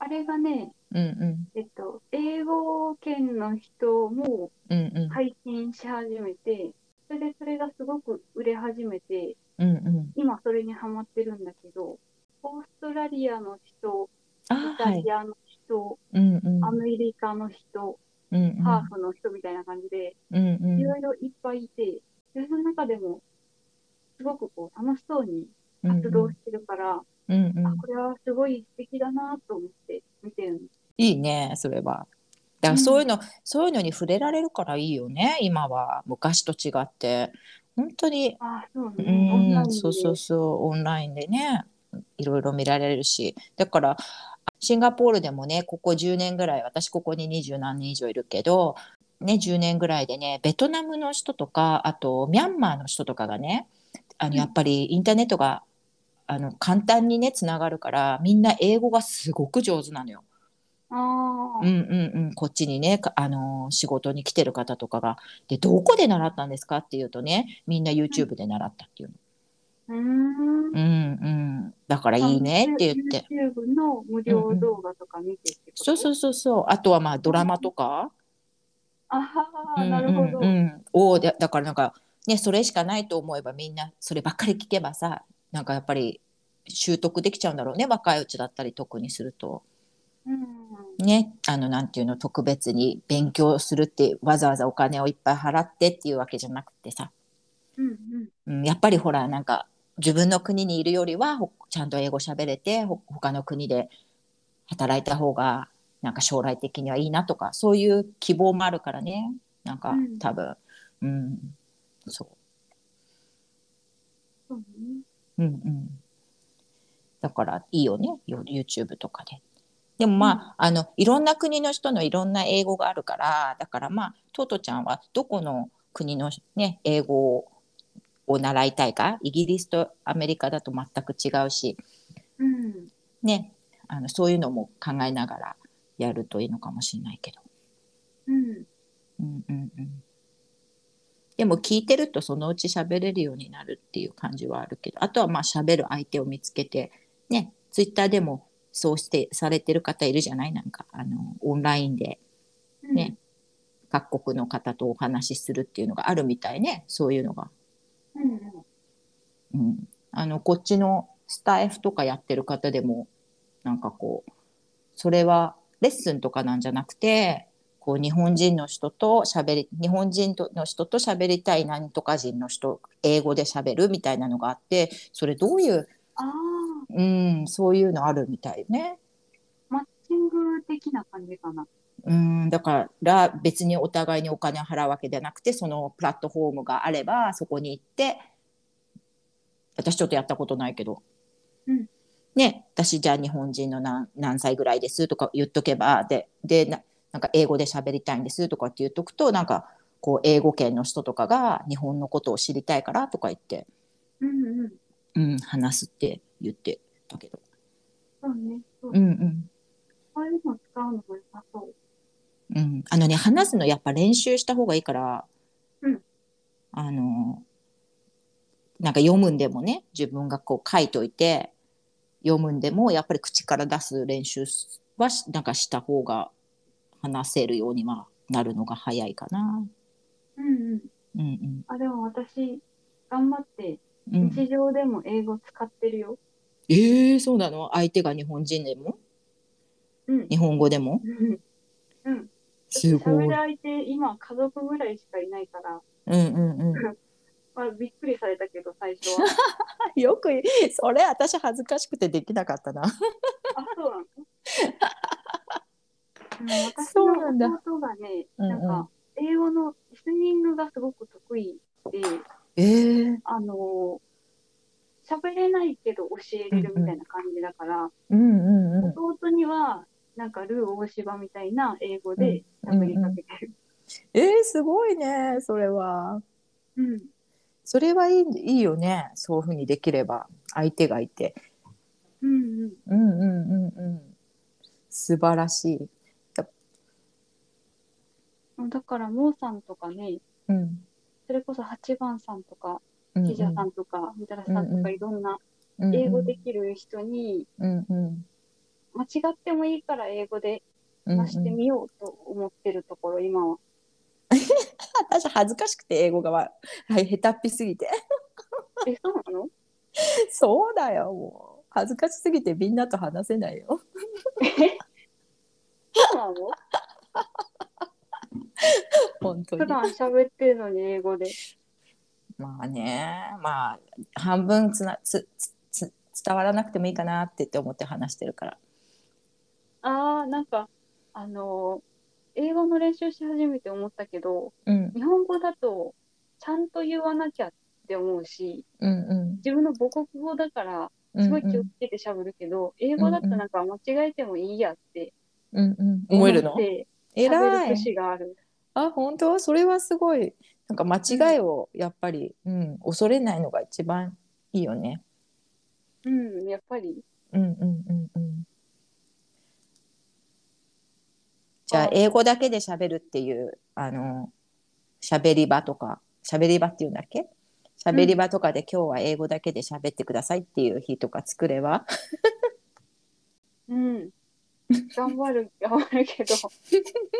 Speaker 3: あれがね、
Speaker 2: ん。うんうん。
Speaker 3: えっと、英語圏の人も
Speaker 2: うんうん。
Speaker 3: 解禁し始めて、それでそれがすごく売れ始めて、
Speaker 2: うんうん。
Speaker 3: 今それにハマってるんだけど、オーストラリアの人
Speaker 2: あ
Speaker 3: イ
Speaker 2: は
Speaker 3: タ
Speaker 2: い
Speaker 3: リアの人、
Speaker 2: うんうん
Speaker 3: アメリカの人、
Speaker 2: うんうん
Speaker 3: ハーフの人みたいな感じで、
Speaker 2: うんうん
Speaker 3: いろいろいっぱいいて、でその中でも、すごくこう楽しそうに活動してるから、
Speaker 2: うんうん
Speaker 3: あ、これはすごい素敵だなと思って見てるんで
Speaker 2: いいねそれは。だからそういうの、そういうのに触れられるからいいよね今は昔と違って本当に
Speaker 3: ああ、そう
Speaker 2: う
Speaker 3: ね。オンラ
Speaker 2: ん、
Speaker 3: インで
Speaker 2: そうそうそうオンラインでねいろいろ見られるしだからシンガポールでもねここ10年ぐらい私ここに二十何年以上いるけど、ね、10年ぐらいでねベトナムの人とかあとミャンマーの人とかがねあ
Speaker 3: うん
Speaker 2: のやっぱりインターネットがあの簡単にねつながるからみんな英語がすごく上手なのよ。
Speaker 3: ああ、
Speaker 2: うんうんうん、こっちにね、かあのー仕事に来てる方とかが、で、どこで習ったんですかっていうとね、みんな YouTube で習ったっていうの。
Speaker 3: うーん。
Speaker 2: うんうん。だからいいねって言って。
Speaker 3: YouTube の無料動画とか見てってこと
Speaker 2: そうそうそうそう。あとはまあドラマとか。
Speaker 3: あ
Speaker 2: う
Speaker 3: あ、
Speaker 2: ん
Speaker 3: なるほど。
Speaker 2: うんうん。をだだからなんか、ね、それしかないと思えばみんなそればっかり聞けばさ、なんかやっぱり習得できちゃうんだろうね。若いうちだったり特にすると。
Speaker 3: うん
Speaker 2: ね、あのなんていうの特別に勉強するってわざわざお金をいっぱい払ってっていうわけじゃなくてさ、
Speaker 3: うんうん
Speaker 2: うん、やっぱりほらなんか自分の国にいるよりはほちゃんと英語喋れてほ他の国で働いた方がなんか将来的にはいいなとかそういう希望もあるからねなんか
Speaker 3: うん
Speaker 2: 多分、うん、そう
Speaker 3: そうね。
Speaker 2: うんうん、だからいいよねよ YouTube とかで。でもまあ,、あのいろんな国の人のいろんな英語があるからだからまあトトちゃんはどこの国の、ね、英語をを習いたいかイギリスとアメリカだと全く違うし、
Speaker 3: うん。
Speaker 2: ね、あのそういうのも考えながらやるといいのかもしれないけど。
Speaker 3: うん。
Speaker 2: うんうんうんでも聞いてるとそのうち喋れるようになるっていう感じはあるけどあとはまあ喋る相手を見つけてねツイッターでもそうしてされてる方いるじゃないなんかあのオンラインで
Speaker 3: うん
Speaker 2: ね。各国の方とお話しするっていうのがあるみたいねそういうのが、
Speaker 3: うんうん。
Speaker 2: うん、あのこっちのスタイフとかやってる方でもなんかこうそれはレッスンとかなんじゃなくてこう日本人の人と喋り日本人の人と喋りたい何とか人の人英語で喋るみたいなのがあってそれどういう、
Speaker 3: ああ、
Speaker 2: うん、そういうのあるみたいね。
Speaker 3: マッチング的な感じかな。
Speaker 2: うんだから別にお互いにお金を払うわけじゃなくてそのプラットフォームがあればそこに行って私ちょっとやったことないけど、
Speaker 3: うん
Speaker 2: ね私じゃあ日本人の何何歳ぐらいですとか言っとけばででななんか英語で喋りたいんですとかって言っとくとなんかこう英語圏の人とかが日本のことを知りたいからとか言って、
Speaker 3: うんうん。
Speaker 2: うん、話すって言ってたけど。
Speaker 3: そうね。そう
Speaker 2: うんうん
Speaker 3: こういうの使うのも良さそう。
Speaker 2: うん、あのね話すのやっぱ練習した方がいいから、
Speaker 3: うん
Speaker 2: あのなんか読むんでもね自分がこう書いといて読むんでもやっぱり口から出す練習はしなんかした方が話せるようにはなるのが早いかな。
Speaker 3: うんうん。
Speaker 2: うん
Speaker 3: あ、でも私、頑張って、
Speaker 2: うんうん、
Speaker 3: 日常でも英語使ってるよ。
Speaker 2: えー、そうなの相手が日本人でも
Speaker 3: うん
Speaker 2: 日。本語でも
Speaker 3: うんうん。
Speaker 2: すごい。
Speaker 3: 喋
Speaker 2: う
Speaker 3: る
Speaker 2: ん
Speaker 3: 相手、今、家族ぐらいしかいないから、
Speaker 2: うんうん、
Speaker 3: まあ、びっくりされたけど、最初は。
Speaker 2: よくそれ私恥ずかしくてできなかったな。
Speaker 3: あ、そうなのうん私
Speaker 2: そうなんだ
Speaker 3: の弟がね、
Speaker 2: うんうん
Speaker 3: なんか、英語のリスニングがすごく得意で、
Speaker 2: えー
Speaker 3: あのー喋れないけど教えれるみたいな感じだから、
Speaker 2: うんうんうん、
Speaker 3: 弟には、なんか、ルー大芝みたいな英語で喋りかけてる。
Speaker 2: えー、すごいねそれは。
Speaker 3: うん。
Speaker 2: それはいいいいよねそういうふうにできれば相手がいて。
Speaker 3: うんうん。
Speaker 2: うんうんうんうん。素晴らしい。
Speaker 3: だから、モーさんとかね、
Speaker 2: うん。
Speaker 3: それこそ八番さんとか、
Speaker 2: うん
Speaker 3: 記者さんとか、みたらさん
Speaker 2: う
Speaker 3: と
Speaker 2: んう
Speaker 3: か、
Speaker 2: ん
Speaker 3: いろんな
Speaker 2: うん
Speaker 3: 英語できる人に、
Speaker 2: うんうん
Speaker 3: 間違ってもいいから英語で
Speaker 2: うんうん
Speaker 3: 話してみようと思ってるところ、 今は。
Speaker 2: 私恥ずかしくて英語がわ、 はい、下手っぴすぎて
Speaker 3: え、そうなの
Speaker 2: そうだよもう恥ずかしすぎてみんなと話せない よ。
Speaker 3: そうなの
Speaker 2: 本当に
Speaker 3: 普。段喋ってるのに英語で。
Speaker 2: まあね、まあ半分つなつつつ伝わらなくてもいいかなってって思って話してるから。
Speaker 3: ああ、なんか、あのー英語の練習し始めて思ったけど、
Speaker 2: うん
Speaker 3: 日本語だと、ちゃんと言わなきゃって思うし、
Speaker 2: うんうん
Speaker 3: 自分の母国語だから、
Speaker 2: うんうん。
Speaker 3: すごい気をつけて喋るけど、英語だとなんか間違えてもいいやって
Speaker 2: うんうん。思えるの
Speaker 3: 思って
Speaker 2: え
Speaker 3: 喋
Speaker 2: ら
Speaker 3: る
Speaker 2: い。
Speaker 3: 節がある。
Speaker 2: あ本当それはすごい。なんか間違いをやっぱり、うん恐れないのが一番いいよね。
Speaker 3: うん、やっぱり。
Speaker 2: うんうんうんうん。じゃ
Speaker 3: あ
Speaker 2: あ英語だけで喋るっていうあの喋り場とか喋り場っていうんだっけ喋り場とかで今日は英語だけで喋ってくださいっていう日とか作れば、
Speaker 3: うん。頑張る、頑張るけど。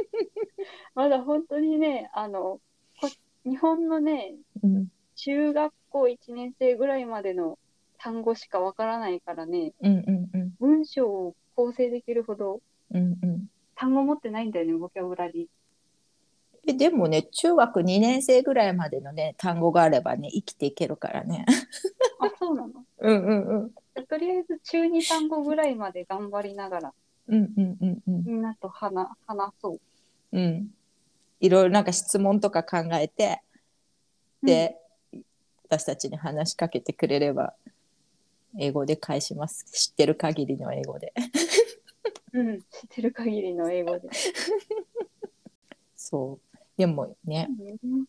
Speaker 3: まだ本当にね、あの、こ日本のね、
Speaker 2: うん、
Speaker 3: 中学校1年生ぐらいまでの単語しかわからないからね、
Speaker 2: うんうんうん
Speaker 3: 文章を構成できるほど
Speaker 2: うんうん
Speaker 3: 単語持ってないんだよね、ボキャブラリー。
Speaker 2: えでもね中学2年生ぐらいまでのね単語があればね生きていけるからね
Speaker 3: あ、そうなの。
Speaker 2: うんうんうん
Speaker 3: とりあえず中2単語ぐらいまで頑張りながら、
Speaker 2: うんうんうんうん
Speaker 3: みんなと話話そう。
Speaker 2: うん、いろいろなんか質問とか考えてで、私たちに話しかけてくれれば英語で返します知ってる限りの英語で
Speaker 3: うん、うん、知ってる限りの英語で。
Speaker 2: そうでもね
Speaker 3: うん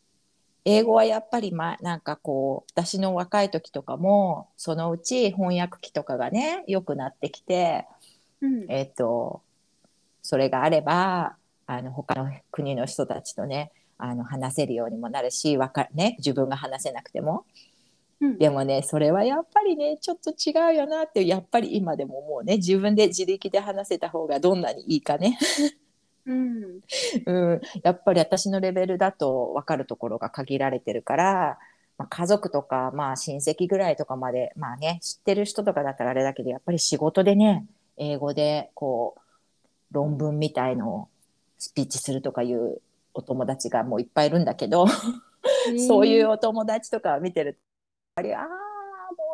Speaker 2: 英語はやっぱり、ま、なんかこう私の若い時とかもそのうち翻訳機とかがね良くなってきて
Speaker 3: うん、
Speaker 2: えっ、とそれがあればあの他の国の人たちとねあの話せるようにもなるしわか、ね、自分が話せなくても
Speaker 3: うん
Speaker 2: でもねそれはやっぱりねちょっと違うよなってやっぱり今でももうね自分で自力で話せた方がどんなにいいかね、
Speaker 3: うん、
Speaker 2: うん、やっぱり私のレベルだと分かるところが限られてるから、まあ、家族とか、まあ、親戚ぐらいとかまで、まあね、知ってる人とかだったらあれだけどやっぱり仕事でね英語でこう論文みたいのをスピーチするとかいうお友達がもういっぱいいるんだけど。 そういうお友達とかを見てるとやっぱりああも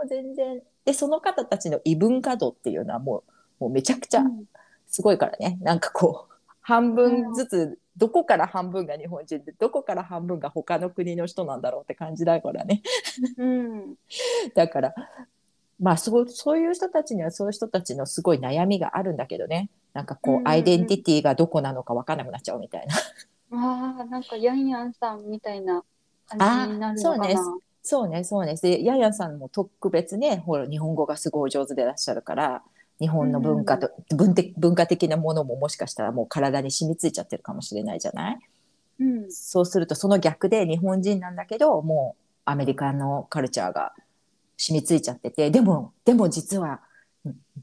Speaker 2: う全然でその方たちの異文化度っていうのはもうもうめちゃくちゃ
Speaker 3: うん
Speaker 2: すごいからね、なんかこう 半分ずつどこから半分が日本人でどこから半分が他の国の人なんだろうって感じだからね
Speaker 3: うん、
Speaker 2: だからまあそうそういう人たちにはそういう人たちのすごい悩みがあるんだけどねなんかこう、
Speaker 3: うんうんうん
Speaker 2: アイデンティティがどこなのか分かんなくなっちゃうみたいな。
Speaker 3: ああ、なんかヤンヤンさんみたいな感じになるのかな。
Speaker 2: あーそそうね、そうね。で、ややさんも特別ね、ほら、日本語がすごいお上手でいらっしゃるから、日本の文化と、文的文化的なものももしかしたらもう体に染みついちゃってるかもしれないじゃない
Speaker 3: うん、
Speaker 2: そうすると、その逆で日本人なんだけど、もうアメリカのカルチャーが染みついちゃってて、でも、でも実は、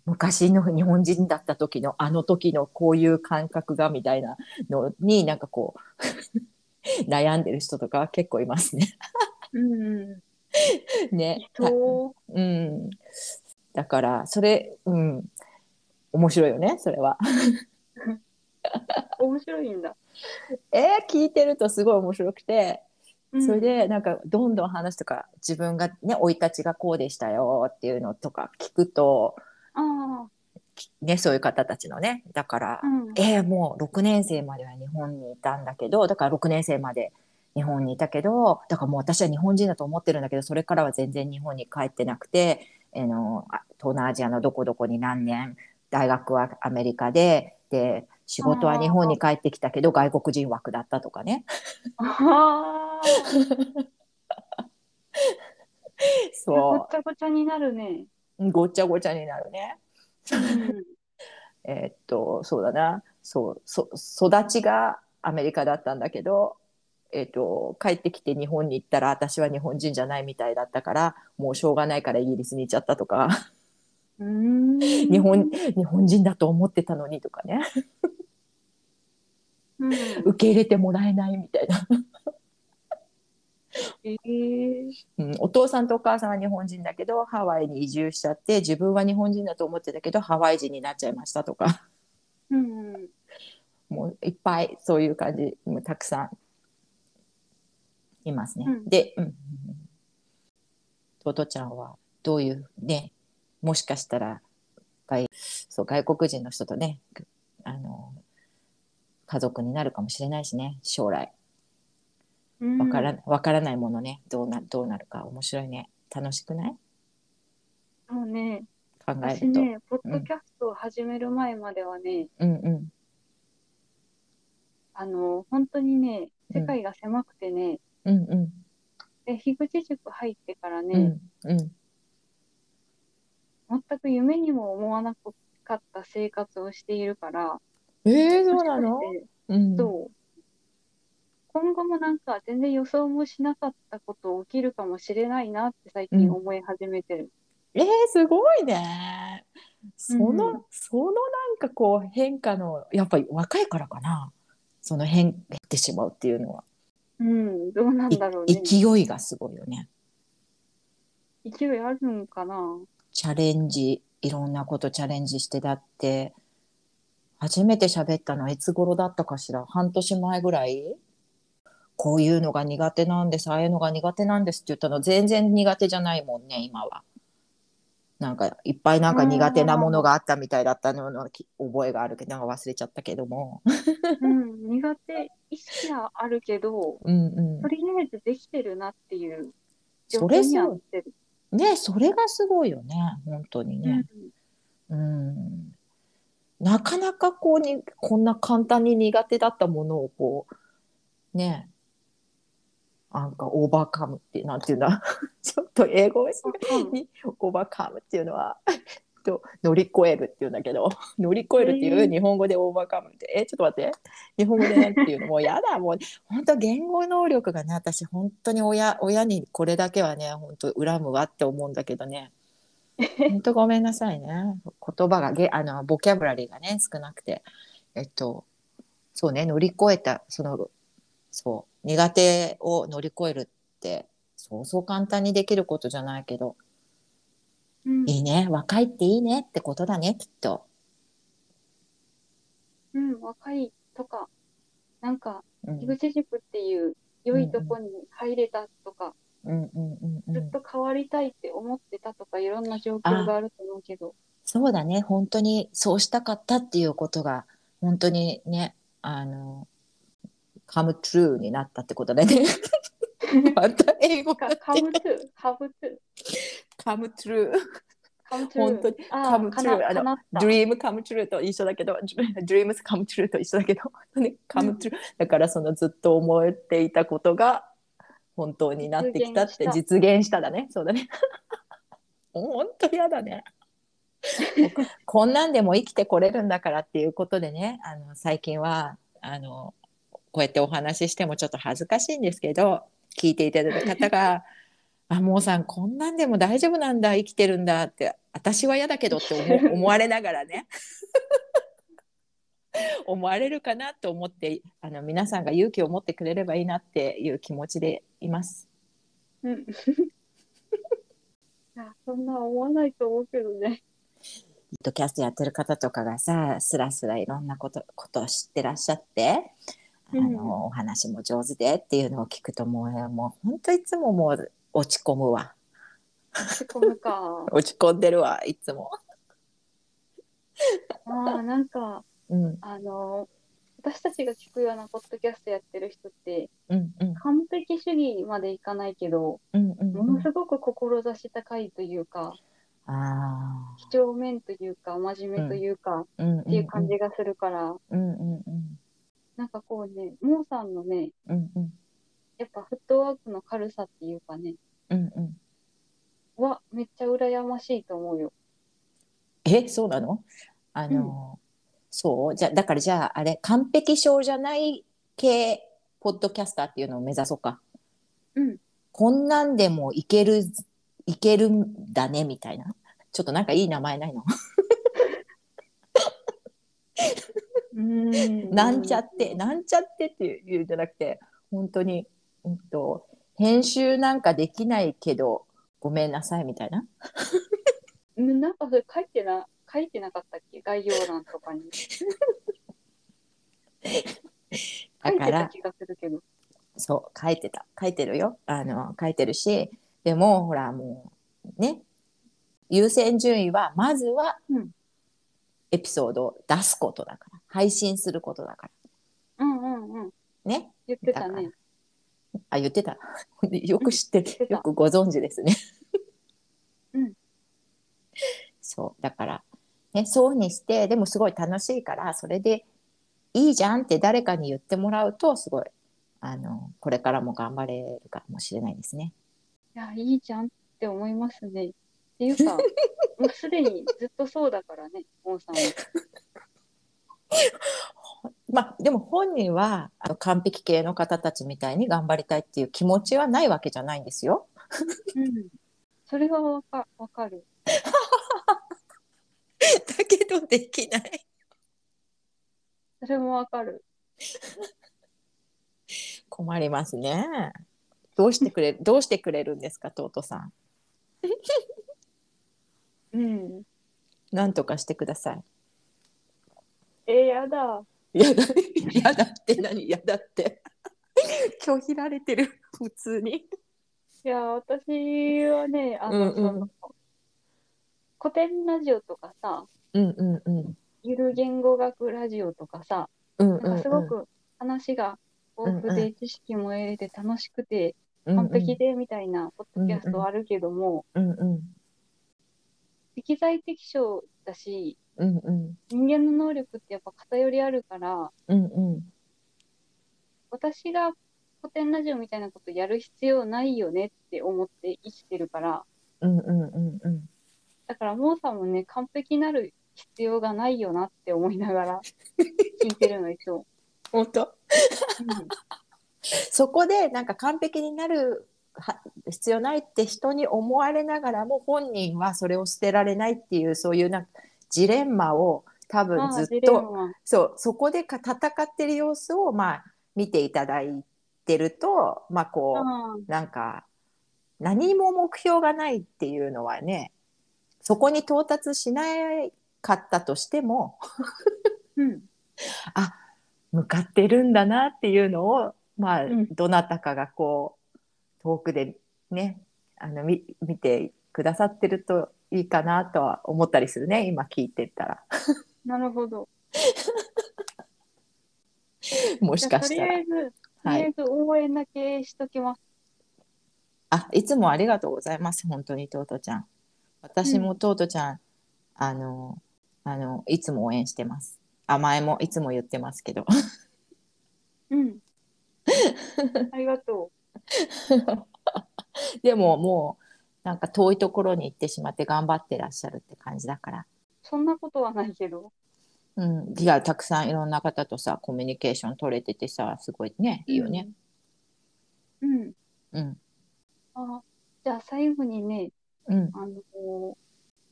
Speaker 2: 昔の日本人だった時のあの時のこういう感覚がみたいなのになんかこう 悩んでる人とか結構いますね。
Speaker 3: うん、う
Speaker 2: ね。
Speaker 3: ん。そう。
Speaker 2: うん、だからそれ、うん、面白いよねそれは。
Speaker 3: 面白いんだ。
Speaker 2: えー聞いてるとすごい面白くて
Speaker 3: うん
Speaker 2: それ、でなんかどんどん話とか自分がね生い立ちがこうでしたよっていうのとか聞くと、
Speaker 3: あ
Speaker 2: ね、そういう方たちのねだから
Speaker 3: あ、う、ん、
Speaker 2: えーもう6年生までは日本にいたんだけどだから6年生まで日本にいたけどだからもう私は日本人だと思ってるんだけどそれからは全然日本に帰ってなくて、あのあ東南アジアのどこどこに何年大学はアメリカでで仕事は日本に帰ってきたけど外国人枠だったとかね
Speaker 3: ああ、ご
Speaker 2: そ
Speaker 3: っちゃごちゃになるね。
Speaker 2: うごっちゃごちゃになるね。
Speaker 3: うん、
Speaker 2: えーっとそうだなそうそ育ちがアメリカだったんだけど、えーっと帰ってきて日本に行ったら私は日本人じゃないみたいだったからもうしょうがないからイギリスに行っちゃったとか
Speaker 3: うーん
Speaker 2: 日本日本人だと思ってたのにとかね
Speaker 3: うん、
Speaker 2: 受け入れてもらえないみたいな
Speaker 3: ええー、
Speaker 2: うん、お父さんとお母さんは日本人だけどハワイに移住しちゃって自分は日本人だと思ってたけどハワイ人になっちゃいましたとか
Speaker 3: うんうん。
Speaker 2: もういっぱいそういう感じもうたくさんいますね。
Speaker 3: うん
Speaker 2: で、うんうんうん、トトちゃんはどういうねもしかしたら外そう外国人の人とねあの家族になるかもしれないしね将来。
Speaker 3: うん
Speaker 2: わからわからないものねどうなどうなるか面白いね楽しくない
Speaker 3: もうね、
Speaker 2: 考え
Speaker 3: 私
Speaker 2: ると、
Speaker 3: ね、ポッドキャストを始める前まではね、
Speaker 2: うんうん
Speaker 3: あの、本当にね、世界が狭くてね、
Speaker 2: うんうん
Speaker 3: で、樋口塾入ってから
Speaker 2: う
Speaker 3: ね、
Speaker 2: んうん
Speaker 3: 全く夢にも思わなかった生活をしているから、
Speaker 2: えー、そうなの
Speaker 3: もしかして
Speaker 2: うん
Speaker 3: そう。今後もなんか全然予想もしなかったこと起きるかもしれないなって最近思い始めてる。
Speaker 2: えー、すごいねその、
Speaker 3: うん
Speaker 2: そのなんかこう変化のやっぱり若いからかなその変変ってしまうっていうのは、
Speaker 3: うん、どうなんだろう
Speaker 2: い
Speaker 3: ね。
Speaker 2: 勢いがすごいよね
Speaker 3: 勢いあるんかな
Speaker 2: チャレンジいろんなことチャレンジしてだって初めて喋ったのはいつ頃だったかしら半年前ぐらいこういうのが苦手なんですああいうのが苦手なんですって言ったの全然苦手じゃないもんね今は。なんかいっぱいなんか苦手なものがあったみたいだったののき覚えがあるけどなんか忘れちゃったけども。
Speaker 3: うん、苦手意識はあるけど、
Speaker 2: うんうん
Speaker 3: と、りあえずできてるなっていう
Speaker 2: それ
Speaker 3: に
Speaker 2: す
Speaker 3: は
Speaker 2: ご
Speaker 3: なってる。
Speaker 2: いねそれがすごいよね本当にね。うんなかなかこうにこんな簡単に苦手だったものをこうねなんかオーバーカムってなんていうんだ ちょっと英語です
Speaker 3: うん
Speaker 2: にオーバーカムっていうのはと乗り越えるっていうんだけ ど乗り越えるってい
Speaker 3: え
Speaker 2: う
Speaker 3: ー
Speaker 2: 日本語でオーバーカムってえちょっと待って日本語でなんていうのもうや だもう本当言語能力がね私本当に親親にこれだけはね本当恨むわって思うんだけどね 本当ごめんなさいね言葉がげあのボキャブラリーがね少なくてえっとそうね乗り越えたそのそう苦手を乗り越えるってそうそう簡単にできることじゃないけど
Speaker 3: うん
Speaker 2: いいね若いっていいねってことだねきっと。
Speaker 3: うん、若いとか、なんか、
Speaker 2: うん
Speaker 3: 樋口塾っていう良いとこに入れたとか、
Speaker 2: うんうんうんう
Speaker 3: ず
Speaker 2: ん
Speaker 3: っと変わりたいって思ってたとかいろんな状況があると思うけど、
Speaker 2: そうだね本当にそうしたかったっていうことが本当にねあのカムトゥルーになったってことだ ね。また英語
Speaker 3: か
Speaker 2: が
Speaker 3: カムトゥ、ハブトゥ、
Speaker 2: カムトゥルー。
Speaker 3: カムトゥ、
Speaker 2: 本当に come
Speaker 3: あー
Speaker 2: true あの
Speaker 3: かなった
Speaker 2: ドリームカムトゥルーと一緒だけど、ドリームスカムトゥルーと一緒だけど、ね、カムトゥルー。だからそのずっと思っていたことが本当になってきたって実
Speaker 3: 実現
Speaker 2: 現しただね。そうだね。本当やだね。こんなんでも生きてこれるんだからっていうことでね、あの最近はあのこうやってお話ししてもちょっと恥ずかしいんですけど、聞いていただいた方が。あもうさんこんなんでも大丈夫なんだ生きてるんだって私は嫌だけどって思 思われながらね思われるかなと思ってあの皆さんが勇気を持ってくれればいいなっていう気持ちでいます。
Speaker 3: うんいやそんな思わないと思うけどね。
Speaker 2: ポッドキャストやってる方とかがさスラスラいろんなことことを知ってらっしゃってあの、
Speaker 3: うん
Speaker 2: お話も上手でっていうのを聞くともうもう本当いつももう落ち込むわ
Speaker 3: 落ち込むか。
Speaker 2: 落ち込んでるわいつも。
Speaker 3: まあなんか、
Speaker 2: うん
Speaker 3: あの、私たちが聞くようなポッドキャストやってる人って、
Speaker 2: うんうん
Speaker 3: 完璧主義までいかないけど、
Speaker 2: うんうん
Speaker 3: も
Speaker 2: う
Speaker 3: の
Speaker 2: ん
Speaker 3: すごく志高いというか、
Speaker 2: あー
Speaker 3: 几帳面というか、真面目というか、
Speaker 2: うん
Speaker 3: っていう感じがするから、
Speaker 2: うんうんうん
Speaker 3: なんかこうね、モーさんのね、
Speaker 2: うんうん
Speaker 3: やっぱフットワークの軽さっていうかね、
Speaker 2: うんうん
Speaker 3: はめっちゃ羨ましいと思うよ。
Speaker 2: えそうなのあの、そうじゃだからじゃああれ完璧症じゃない系ポッドキャスターっていうのを目指そうか
Speaker 3: うん。
Speaker 2: こんなんでもいけるいけるんだねみたいなちょっとなんかいい名前ないの、
Speaker 3: うん
Speaker 2: なんちゃって。なんちゃってっていうんじゃなくて本当に、うんと編集なんかできないけどごめんなさいみたいな
Speaker 3: うんなんかそれ書いてな、書いてなかったっけ概要欄 とかに。
Speaker 2: だか
Speaker 3: 書いてた
Speaker 2: ら
Speaker 3: 気がするけど。
Speaker 2: そう書いてた書いてるよあの書いてるしでもほらもうね優先順位はまずは
Speaker 3: うん
Speaker 2: エピソードを出すことだから配信することだか
Speaker 3: うんうんうん。
Speaker 2: らね
Speaker 3: 言ってたね。
Speaker 2: あ言ってた よく知って
Speaker 3: てた
Speaker 2: よくご存知ですね
Speaker 3: うん
Speaker 2: そうだから、ね、そうにしてでもすごい楽しいからそれでいいじゃんって誰かに言ってもらうとすごいあのこれからも頑張れるかもしれないですね
Speaker 3: いや、いいじゃんって思いますね。っていう か、もうすでにずっとそうだからね、モンさんは。
Speaker 2: まあ、でも本人はあの完璧系の方たちみたいに頑張りたいっていう気持ちはないわけじゃないんですよ。
Speaker 3: うん。それはわかわかる。
Speaker 2: だけどできない。
Speaker 3: それもわかる。
Speaker 2: 困りますね。どうしてくれるどうしてくれるんですか、トートさん。
Speaker 3: うん。
Speaker 2: なんとかしてくださ い。
Speaker 3: えー、やだ。
Speaker 2: やだやだって何やだって。拒否られてる普通に。
Speaker 3: いや、私はね、あの、
Speaker 2: うんうん
Speaker 3: その古典ラジオとかさ、
Speaker 2: うんうんうん。
Speaker 3: ゆる言語学ラジオとかさ、
Speaker 2: うん
Speaker 3: なんかすごく話が豊富
Speaker 2: うんう
Speaker 3: で知識も得れて楽しくて
Speaker 2: うんうん
Speaker 3: 完璧でみたいなポッドキャストはあるけども、
Speaker 2: うんうん
Speaker 3: 適材適所だし、
Speaker 2: うんうん
Speaker 3: 人間の能力ってやっぱ偏りあるから、
Speaker 2: うんうん
Speaker 3: 私が古典ラジオみたいなことやる必要ないよねって思って生きてるから、
Speaker 2: うんうんうんうん。
Speaker 3: だからモーさんもね、完璧なる必要がないよなって思いながら聞いてるの、いつも。
Speaker 2: 本当
Speaker 3: うん
Speaker 2: そこでなんか完璧になるは必要ないって人に思われながらも本人はそれを捨てられないっていうそういうなんかジレンマを多
Speaker 3: ま
Speaker 2: 分ず
Speaker 3: あ、
Speaker 2: っ
Speaker 3: ジレン
Speaker 2: と
Speaker 3: マ。
Speaker 2: そうそこでか戦ってる様子をまあ見ていただいてるとまあこう、
Speaker 3: うん
Speaker 2: なんか何も目標がないっていうのはねそこに到達しなかったとしても
Speaker 3: うん。
Speaker 2: 向かってるんだなっていうのを、まあ
Speaker 3: うん
Speaker 2: どなたかがこう遠くでねあのみ見てくださってるといいかなとは思ったりするね今聞いてたら
Speaker 3: なるほど。
Speaker 2: も
Speaker 3: じ
Speaker 2: し
Speaker 3: ゃあ
Speaker 2: か
Speaker 3: と
Speaker 2: し
Speaker 3: り
Speaker 2: た
Speaker 3: あ
Speaker 2: ら。
Speaker 3: えず、とり
Speaker 2: は
Speaker 3: あえ
Speaker 2: い、
Speaker 3: ず応援だけしときます。
Speaker 2: あいつもありがとうございます本当にトートちゃん。私もトートちゃん、あのあのいつも応援してます。甘えもいつも言ってますけど
Speaker 3: うん。ありがと
Speaker 2: でももうなんか遠いところに行ってしまって頑張ってらっしゃるって感じだから
Speaker 3: う。そんなことはないけど。
Speaker 2: うん、いやたくさんいろんな方とさコミュニケーション取れててさすごいねいいよね。
Speaker 3: うん。
Speaker 2: うん
Speaker 3: あじゃあ最後にね、
Speaker 2: うん
Speaker 3: あの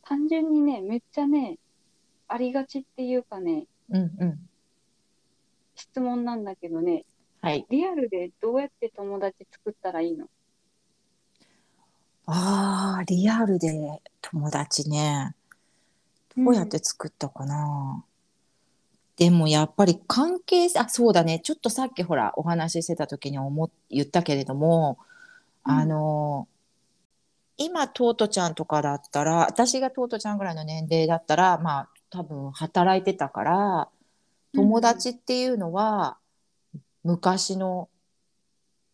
Speaker 3: 単純にね、めっちゃね、ありがちっていうかね、
Speaker 2: うんうん
Speaker 3: 質問なんだけどね、
Speaker 2: はい。
Speaker 3: リアルでどうやって友達作ったらいいの
Speaker 2: あーリアルで友達ねどうやって作ったかな、でもやっぱり関係あそうだねちょっとさっきほらお話ししてた時に思っ言ったけれども、
Speaker 3: うん
Speaker 2: あの今トートちゃんとかだったら私がトートちゃんぐらいの年齢だったらまあ多分働いてたから友達っていうのは昔の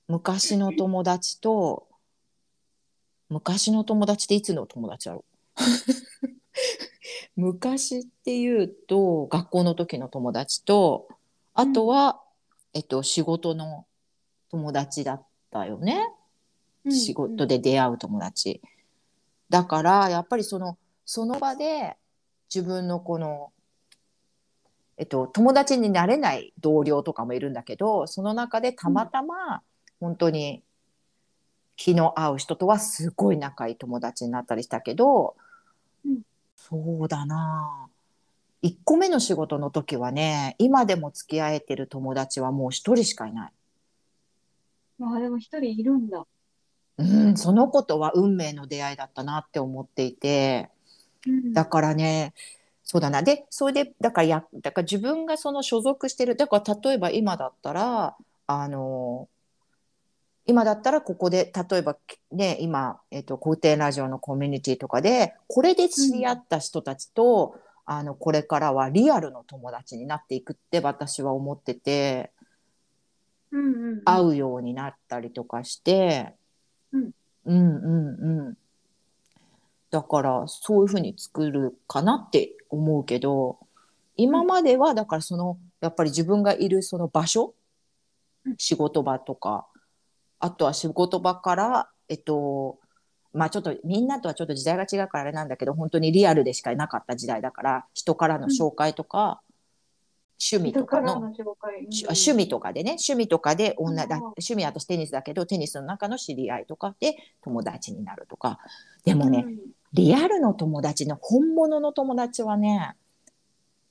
Speaker 2: 昔の友達と昔の友達っていつの友達だろう 昔っていうと学校の時の友達とあとは、えっと、仕事の友達だったよね。
Speaker 3: うん
Speaker 2: 仕事で出会う友達、だからやっぱりそのその場で自分のこの、えっと、友達になれない同僚とかもいるんだけどその中でたまたま本当に気の合う人とはすごい仲いい友達になったりしたけど、
Speaker 3: うん
Speaker 2: そうだな1個目の仕事の時はね今でも付き合えてる友達はもう1人しかいない。
Speaker 3: うんまあでも一人いるんだ。
Speaker 2: うん、そのことは運命の出会いだったなって思っていて
Speaker 3: うん
Speaker 2: だからねそうだなでそれでだからやだから自分がその所属してるだから例えば今だったらあの今だったらここで例えばね今、えっと皇帝ラジオのコミュニティとかでこれで知り合った人たちと、あのこれからはリアルの友達になっていくって私は思ってて
Speaker 3: うんうんうん、
Speaker 2: 会うようになったりとかして、
Speaker 3: うん
Speaker 2: うんうんうんだからそういうふうに作るかなって思うけど今まではだからそのやっぱり自分がいるその場所
Speaker 3: うん
Speaker 2: 仕事場とかあとは仕事場からえっとまあちょっとみんなとはちょっと時代が違うからあれなんだけど本当にリアルでしかいなかった時代だから人からの紹介とか、趣味と
Speaker 3: 人
Speaker 2: か
Speaker 3: から
Speaker 2: の
Speaker 3: の紹介。
Speaker 2: 趣趣味とかでね趣味とかで女だ
Speaker 3: うん
Speaker 2: 趣味は私テニスだけどテニスの中の知り合いとかで友達になるとかでもね、
Speaker 3: うん
Speaker 2: リアルの友達の本物の友達はね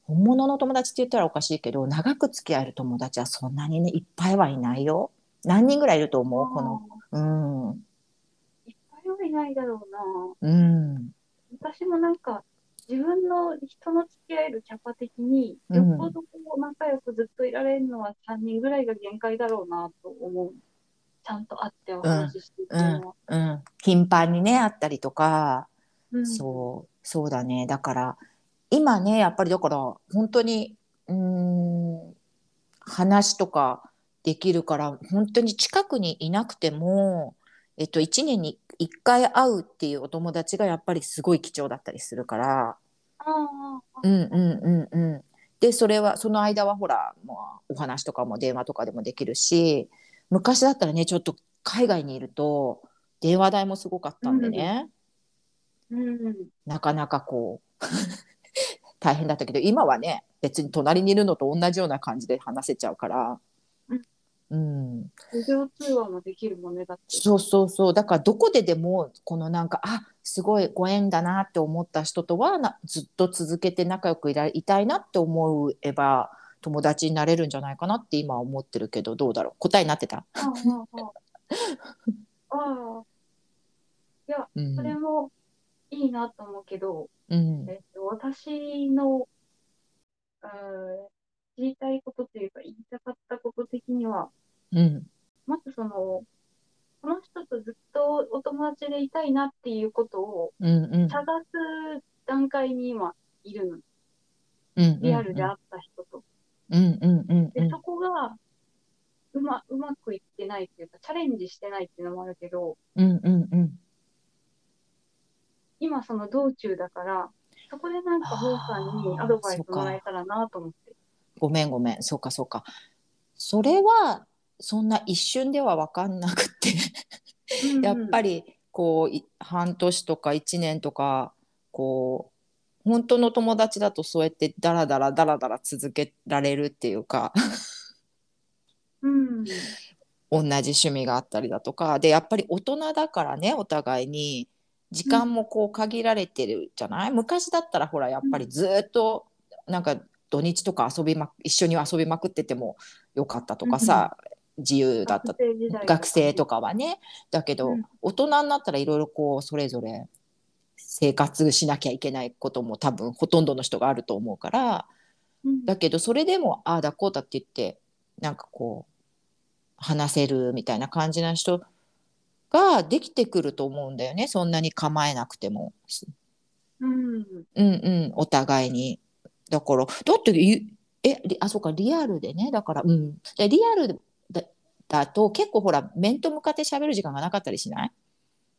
Speaker 2: 本物の友達って言ったらおかしいけど長く付き合える友達はそんなにねいっぱいはいないよ何人ぐらいいると思うこの
Speaker 3: あ
Speaker 2: うん
Speaker 3: ーいっぱいはいないだろうな。
Speaker 2: うん
Speaker 3: 私もなんか、自分の人の付き合えるキャパ的に、
Speaker 2: うん
Speaker 3: よっぽどこう仲良くずっといられるのは3人ぐらいが限界だろうなと思う。ちゃんと会ってお話ししてっていうのは。
Speaker 2: うん頻繁にねあったりとか
Speaker 3: うん
Speaker 2: そうそうだねだから今ねやっぱりだから本当にうーん話とかできるから本当に近くにいなくても、えっと、1年に1回会うっていうお友達がやっぱりすごい貴重だったりするから
Speaker 3: ああああ
Speaker 2: うんうんうんうん。でそれはその間はほら、まあ、お話とかも電話とかでもできるし昔だったらねちょっと海外にいると電話代もすごかったんでね。
Speaker 3: うん。
Speaker 2: なかなかこう 大変だったけど今はね別に隣にいるのと同じような感じで話せちゃうから、うん、
Speaker 3: ビデオ通話もできるもんね、だって。
Speaker 2: そうそうそうだからどこででもこのなんかあすごいご縁だなって思った人とはなずっと続けて仲良くいらいたいなって思えば友達になれるんじゃないかなって今は思ってるけどどうだろう答えになってた、
Speaker 3: ああああああ。
Speaker 2: う
Speaker 3: それ
Speaker 2: ん
Speaker 3: もいいなと思うけど、
Speaker 2: うん
Speaker 3: えっと、私の、うーん言いたいことというか、言いたかったこと的には、
Speaker 2: うん
Speaker 3: まずその、この人とずっとお友達でいたいなっていうことを
Speaker 2: うんうん
Speaker 3: 探す段階に今いるの。
Speaker 2: うん
Speaker 3: リアルで会った人と。
Speaker 2: うんうんうんう
Speaker 3: で、
Speaker 2: ん
Speaker 3: そこが、うま、うまくいってないっていうか、チャレンジしてないっていうのもあるけど、
Speaker 2: うんうんうん
Speaker 3: 今その道中だから、そこでなんか、ほうさんにアドバイスもらえたらなと思って。
Speaker 2: ごめんごめんそうかそうかそれはそんな一瞬では分かんなくてやっぱ
Speaker 3: り、
Speaker 2: りこうい半年とか1年とかこう本当の友達だとそうやってダラダラダラダラ続けられるっていうか
Speaker 3: う
Speaker 2: 同
Speaker 3: ん。
Speaker 2: じ趣味があったりだとかでやっぱり大人だからねお互いに時間もこう限られてるじゃない、昔だったらほらやっぱりずーっとなんか土日とか遊びま一緒に遊びまくっててもよかったとかさ、自由だった
Speaker 3: 学生時代
Speaker 2: 学生と
Speaker 3: か。
Speaker 2: かはねだけど、
Speaker 3: うん
Speaker 2: 大人になったらいろいろこうそれぞれ生活しなきゃいけないことも多分ほとんどの人があると思うから
Speaker 3: うん
Speaker 2: だけどそれでもああだこうだって言ってなんかこう話せるみたいな感じな人ができてくると思うんだよねそんなに構えなくても。
Speaker 3: うん。
Speaker 2: うんうん、お互いに。だから、だってゆ、え、リあ、そうか、リアルでね、だから、うん。で、リアルだだと、結構ほら、面と向かって喋る時間がなかったりしない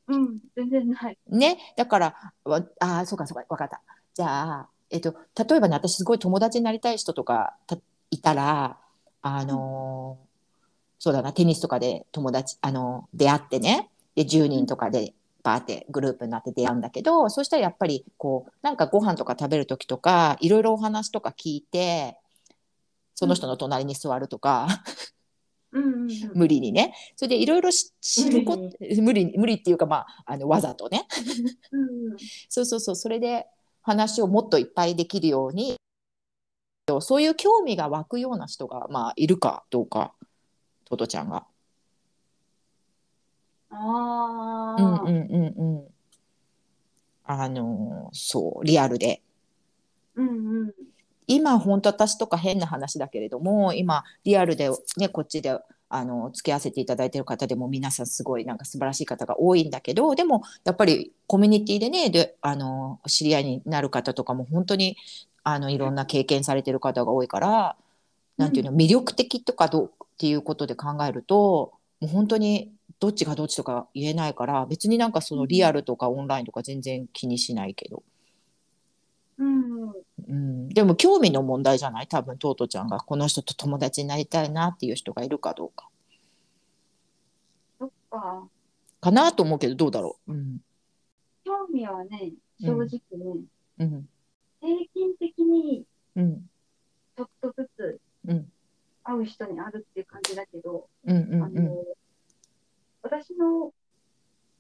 Speaker 3: うん。全然ない。
Speaker 2: ね。だから、わあー、そうか、そうか、わかった。じゃあ、えっと、例えばね、私すごい友達になりたい人とかたいたら、あのーそうだな、テニスとかで友達、あのー出会ってね、で、10人とかで、バーってグループになって出会うんだけど、そうしたらやっぱり、こう、なんかご飯とか食べるときとか、いろいろお話とか聞いて、その人の隣に座るとか、
Speaker 3: うんうんうん。
Speaker 2: 無理にね。それでいろいろし知ること、無理に、無理っていうか、まあ、あの、わざとね。
Speaker 3: うんうん
Speaker 2: そうそうそう、それで話をもっといっぱいできるように、そういう興味が湧くような人が、まあ、いるかどうか、トトちゃんが。
Speaker 3: あな。
Speaker 2: うんうんうんうん。あのーそうリアルで
Speaker 3: うんうん。
Speaker 2: 今本当私とか変な話だけれども今リアルでねこっちであの付き合わせていただいてる方でも皆さんすごいなんか素晴らしい方が多いんだけどでもやっぱりコミュニティでねであの知り合いになる方とかも本当にあのいろんな経験されてる方が多いからなんていうの魅力的とかどうっていうことで考えるともう本当にどっちがどっちとか言えないから別になんかそのリアルとかオンラインとか全然気にしないけど。
Speaker 3: うんうん。
Speaker 2: うん、でも興味の問題じゃない多分トートちゃんがこの人と友達になりたいなっていう人がいるかどうか
Speaker 3: そっか。
Speaker 2: かなと思うけどどうだろう、うん
Speaker 3: 興味はね、正直ね、
Speaker 2: うん
Speaker 3: 平均的に
Speaker 2: うん
Speaker 3: ちょっとずつ
Speaker 2: うん
Speaker 3: 会う人にあるっていう感じだけど、
Speaker 2: うんう
Speaker 3: あ
Speaker 2: んうん
Speaker 3: の私の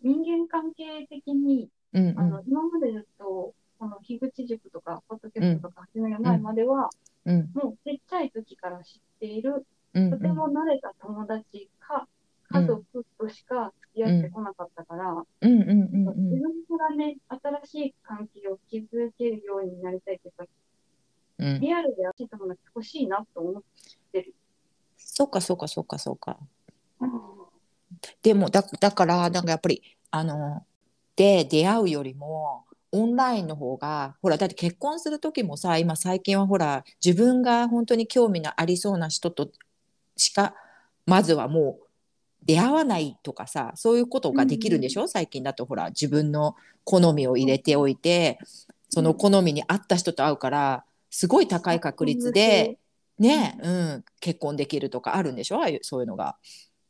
Speaker 3: 人間関係的に、
Speaker 2: うん
Speaker 3: あの今までずっとこの樋口塾とかポッドキャストとか始める前までは、
Speaker 2: うん
Speaker 3: もうちっちゃい時から知っている
Speaker 2: うん
Speaker 3: とても慣れた友達か家族としか付き合ってこなかったから、
Speaker 2: うんうんうん
Speaker 3: 自分からね、新しい関係を築けるようになりたいっていうか、
Speaker 2: うんうん
Speaker 3: リアルで新しい友達欲しいなと思って、
Speaker 2: そうかそうかそうかそうかでもだだからなんかやっぱりあので出会うよりもオンラインの方がほらだって結婚する時もさ今最近はほら自分が本当に興味のありそうな人としかまずはもう出会わないとかさそういうことができるんでしょ、最近だとほら自分の好みを入れておいてその好みに合った人と会うからすごい高い確率で、ねうん、結婚できるとかあるんでしょああいうそういうのが。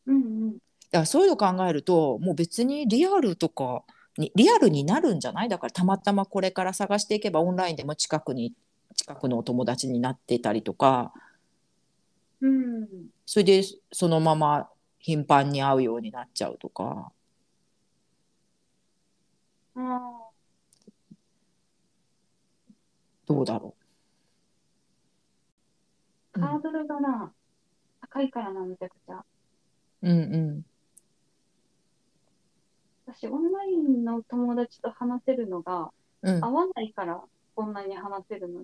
Speaker 3: うんうん、
Speaker 2: だからそういうの考えるともう別にリアルとかにリアルになるんじゃないだからたまたまこれから探していけばオンラインでも近くに近くのお友達になってたりとか
Speaker 3: うん、
Speaker 2: それでそのまま頻繁に会うようになっちゃうとか
Speaker 3: あ
Speaker 2: どうだろ
Speaker 3: ーハードルがな、高いからな、めちゃくちゃ。
Speaker 2: う。うんうん
Speaker 3: 私、オンラインの友達と話せるのが、
Speaker 2: うん
Speaker 3: 合わないから、こんなに話せるの。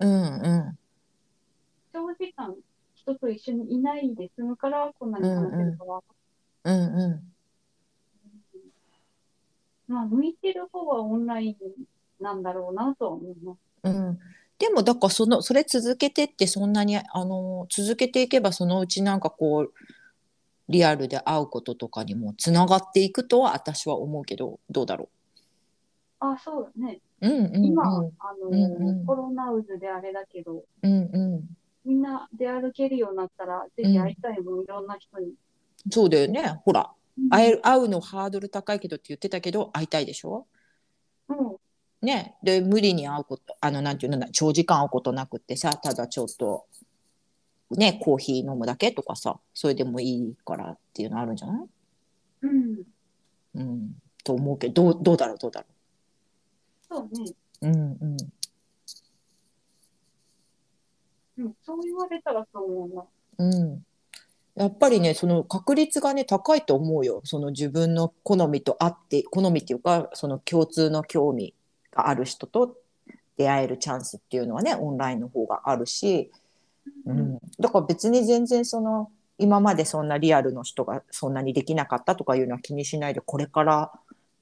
Speaker 2: うんうん
Speaker 3: 長時間、人と一緒にいないで済むから、こんなに話せるのは、
Speaker 2: うんうん
Speaker 3: まあ、向いてる方はオンラインなんだろうなとは思います。
Speaker 2: うん、でもだからそのそれ続けてってそんなにあの続けていけばそのうちなんかこうリアルで会うこととかにもつながっていくとは私は思うけどどうだろ
Speaker 3: あ、そうだね。
Speaker 2: う。うんうんうん
Speaker 3: 今、あの、
Speaker 2: うんうん
Speaker 3: コロナウズであれだけど、
Speaker 2: うんう
Speaker 3: みんな出歩けるようになったら、ぜひ会いたいもん、いろんな人に。
Speaker 2: ん、そうだよねほら会える会うのハードル高いけどって言ってたけど会いたいでしょ
Speaker 3: うん。
Speaker 2: ね、で無理に会うことあのなんていうの長時間会うことなくってさただちょっと、ね、コーヒー飲むだけとかさそれでもいいからっていうのあるんじゃない
Speaker 3: うん。
Speaker 2: うん、と思うけどどうどうだろうどうだろ
Speaker 3: そうね。
Speaker 2: う。うんうん、
Speaker 3: うん。そう言われたらそう思うな。
Speaker 2: うん、やっぱりねその確率がね高いと思うよその自分の好みとあって好みっていうかその共通の興味がある人と出会えるチャンスっていうのはねオンラインの方があるし、うん、だから別に全然その今までそんなリアルの人がそんなにできなかったとかいうのは気にしないでこれから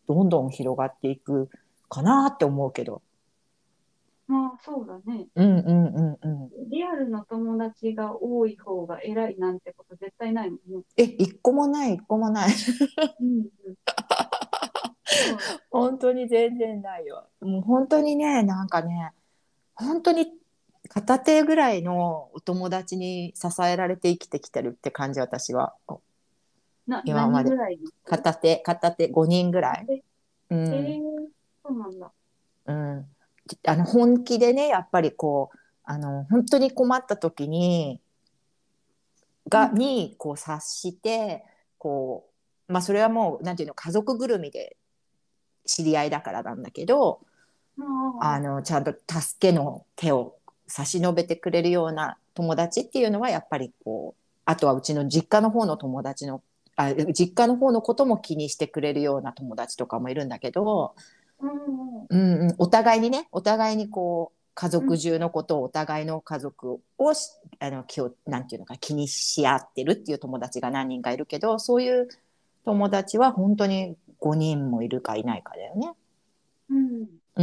Speaker 2: どんどん広がっていくかなって思うけど。
Speaker 3: まあ、そうだね。
Speaker 2: うんうんうんうん
Speaker 3: リアルの友達が多い方が偉いなんてこと絶対ないもんね。
Speaker 2: え、一個もない、一個もない。
Speaker 3: うん。うん、そう
Speaker 2: 本当に全然ないよ。もう本当にね、なんかね、本当に片手ぐらいのお友達に支えられて生きてきてるって感じ、私は。
Speaker 3: な
Speaker 2: 今ま
Speaker 3: 何
Speaker 2: で
Speaker 3: ぐらいの
Speaker 2: 片手、片手、5人ぐらい。う
Speaker 3: え
Speaker 2: ん。
Speaker 3: ー、そうなんだ。
Speaker 2: うん、あの本気でねやっぱりこうあの本当に困った時にが、
Speaker 3: うん
Speaker 2: にこう察してこう、まあ、それはもうなんていうの家族ぐるみで知り合いだからなんだけどあ
Speaker 3: あ
Speaker 2: のちゃんと助けの手を差し伸べてくれるような友達っていうのはやっぱりこうあとはうちの実家の方の友達のあ実家の方のことも気にしてくれるような友達とかもいるんだけど、
Speaker 3: うんうん。
Speaker 2: うんうん、お互いにねお互いにこう家族中のことをお互いの家族をしあの気をなんていうのか気にし合ってるっていう友達が何人かいるけどそういう友達は本当に5人もいるかいないかだよね。
Speaker 3: うん。
Speaker 2: うんう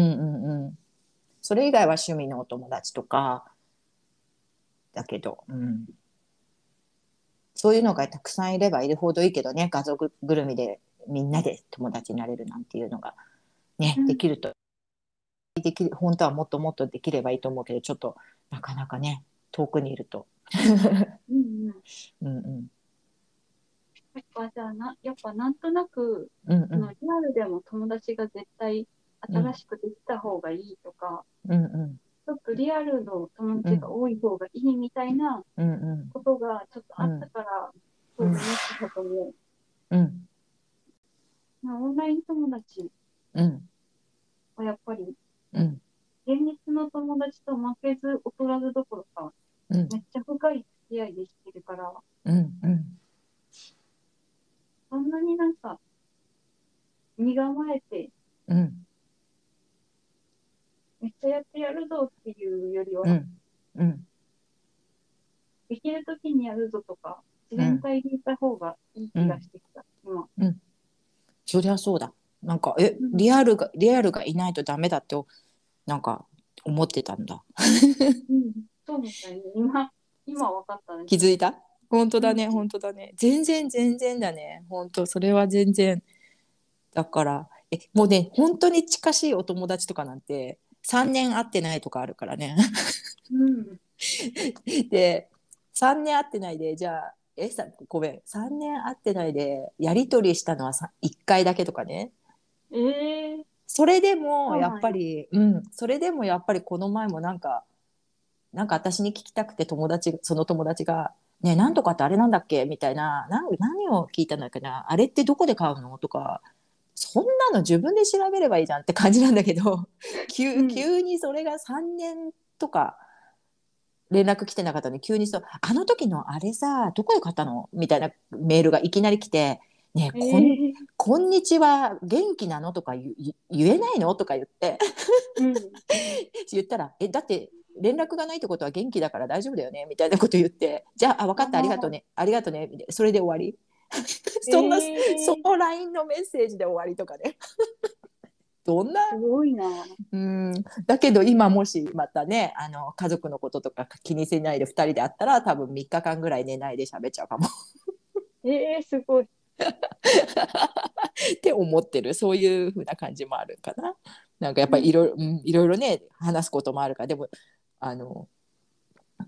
Speaker 2: んうん。それ以外は趣味のお友達とか、だけど、うん。そういうのがたくさんいればいるほどいいけどね、家族ぐるみでみんなで友達になれるなんていうのが、ね
Speaker 3: う、ん
Speaker 2: できると、できる、本当はもっともっとできればいいと思うけど、ちょっとなかなかね、遠くにいると。
Speaker 3: うん
Speaker 2: う
Speaker 3: うん。
Speaker 2: んうん。
Speaker 3: やっぱじゃあな、やっぱなんとなく、
Speaker 2: うん
Speaker 3: そのリアルでも友達が絶対新しくできた方がいいとか、
Speaker 2: うん。うんうん。
Speaker 3: ちょっとリアルの友達が多い方がいいみたいな
Speaker 2: うんうん。
Speaker 3: ことがちょっとあったから、そう
Speaker 2: うん
Speaker 3: 思ってたと思
Speaker 2: うん。
Speaker 3: う。まあ、オンライン友達
Speaker 2: うん。
Speaker 3: はやっぱり、
Speaker 2: うん。
Speaker 3: 現実の友達と負けず劣らずどころか、
Speaker 2: うん。
Speaker 3: めっちゃ深い付き合いできてるから、
Speaker 2: うん。うん。
Speaker 3: そんなになんか、身構えて、
Speaker 2: うん。
Speaker 3: めっちゃやってやるぞっていうよりは、
Speaker 2: うん。うん。
Speaker 3: できるときにやるぞとか、自然体でいた方がいい気がしてきた、今。
Speaker 2: そりゃそうだ。なんか、え、
Speaker 3: うん
Speaker 2: リアルが、リアルがいないとダメだって、なんか、思ってたんだ。
Speaker 3: うん、そうみたいに、今、今分かったね。
Speaker 2: 気づいた本当だね、
Speaker 3: うん
Speaker 2: 本当だね。全然、全然だね。本当、それは全然。だから、え、もうね、本当に近しいお友達とかなんて、3年会ってないとかあるからね。
Speaker 3: うん。
Speaker 2: で、3年会ってないで、じゃあ、え、さ、ごめん、3年会ってないで、やりとりしたのはさ1回だけとかね。
Speaker 3: ええ
Speaker 2: それで
Speaker 3: そうな
Speaker 2: も
Speaker 3: んや
Speaker 2: やっぱり、うん、それでもやっぱりこの前もなんか、なんか私に聞きたくて友達、その友達が、ねえ、なんとかってあれなんだっけみたいな、なん何を聞いたんだっけな、あれってどこで買うのとか、そんなの自分で調べればいいじゃんって感じなんだけど、 急
Speaker 3: うん
Speaker 2: 急にそれが3年とか連絡来てなかったのに、急にそう、あの時のあれさ、どこで買ったのみたいなメールがいきなり来て、ねえ、
Speaker 3: え
Speaker 2: こん
Speaker 3: え
Speaker 2: こんにちは元気なのとか言言言えないのとか言って
Speaker 3: うん。
Speaker 2: 言ったら「えだって連絡がないってことは元気だから大丈夫だよね」みたいなこと言って「じゃああ分かったありがとうねありがとうね」みたいなそれで終わり そんな、
Speaker 3: ええ
Speaker 2: その LINE のメッセージで終わりとかね どんな
Speaker 3: すごいな。
Speaker 2: うんだけど今もしまたねあの家族のこととか気にせないで2人で会ったら多分3日間ぐらい寝ないで喋っちゃうかも
Speaker 3: ええすごい。
Speaker 2: って思ってるそういう風な感じもあるかな。なんかやっぱりいろいろ,、うん、いろいろね話すこともあるからでもあの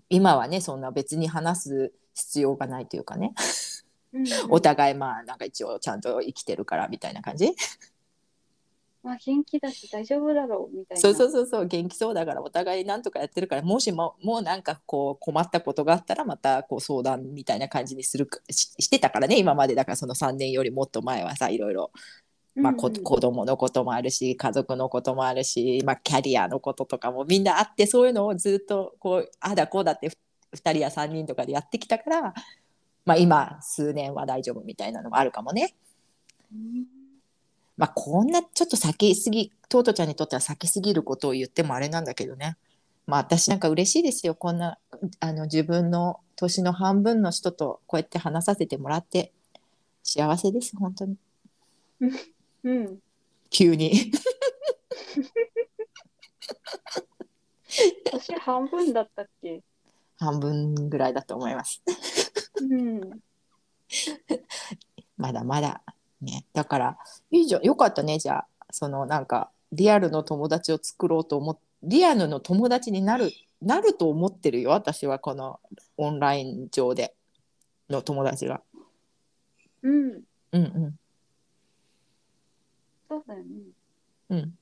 Speaker 2: 今はねそんな別に話す必要がないというかね
Speaker 3: うん
Speaker 2: お互いまあなんか一応ちゃんと生きてるからみたいな感じ、
Speaker 3: まあ、元気だし大丈夫だろうみたいな。。
Speaker 2: そうそううそうそう元気そうだからお互いなんとかやってるからもしももうなんかこう困ったことがあったらまたこう相談みたいな感じにするかししてたからね今までだからその3年よりもっと前はさいろいろまあ、こ
Speaker 3: うんうん
Speaker 2: 子供のこともあるし家族のこともあるし、まあ、キャリアのこととかもみんなあってそういうのをずっとこうああだこうだってふ2人や3人とかでやってきたから、まあ、今数年は大丈夫みたいなのもあるかもね。
Speaker 3: うん
Speaker 2: まあ、こんなちょっと先すぎトートちゃんにとっては先すぎることを言ってもあれなんだけどね、まあ、私なんか嬉しいですよこんなあの自分の年の半分の人とこうやって話させてもらって幸せです本当に
Speaker 3: うん。
Speaker 2: 急に。
Speaker 3: 年半分だったっけ
Speaker 2: 半分ぐらいだと思います。
Speaker 3: うん。
Speaker 2: まだまだね。だからいいじゃんよかったねじゃあそのなんかリアルの友達を作ろうと思っリアルの友達になるなると思ってるよ私はこのオンライン上での友達が。
Speaker 3: うん。
Speaker 2: うんうん
Speaker 3: そうだよね。
Speaker 2: うん。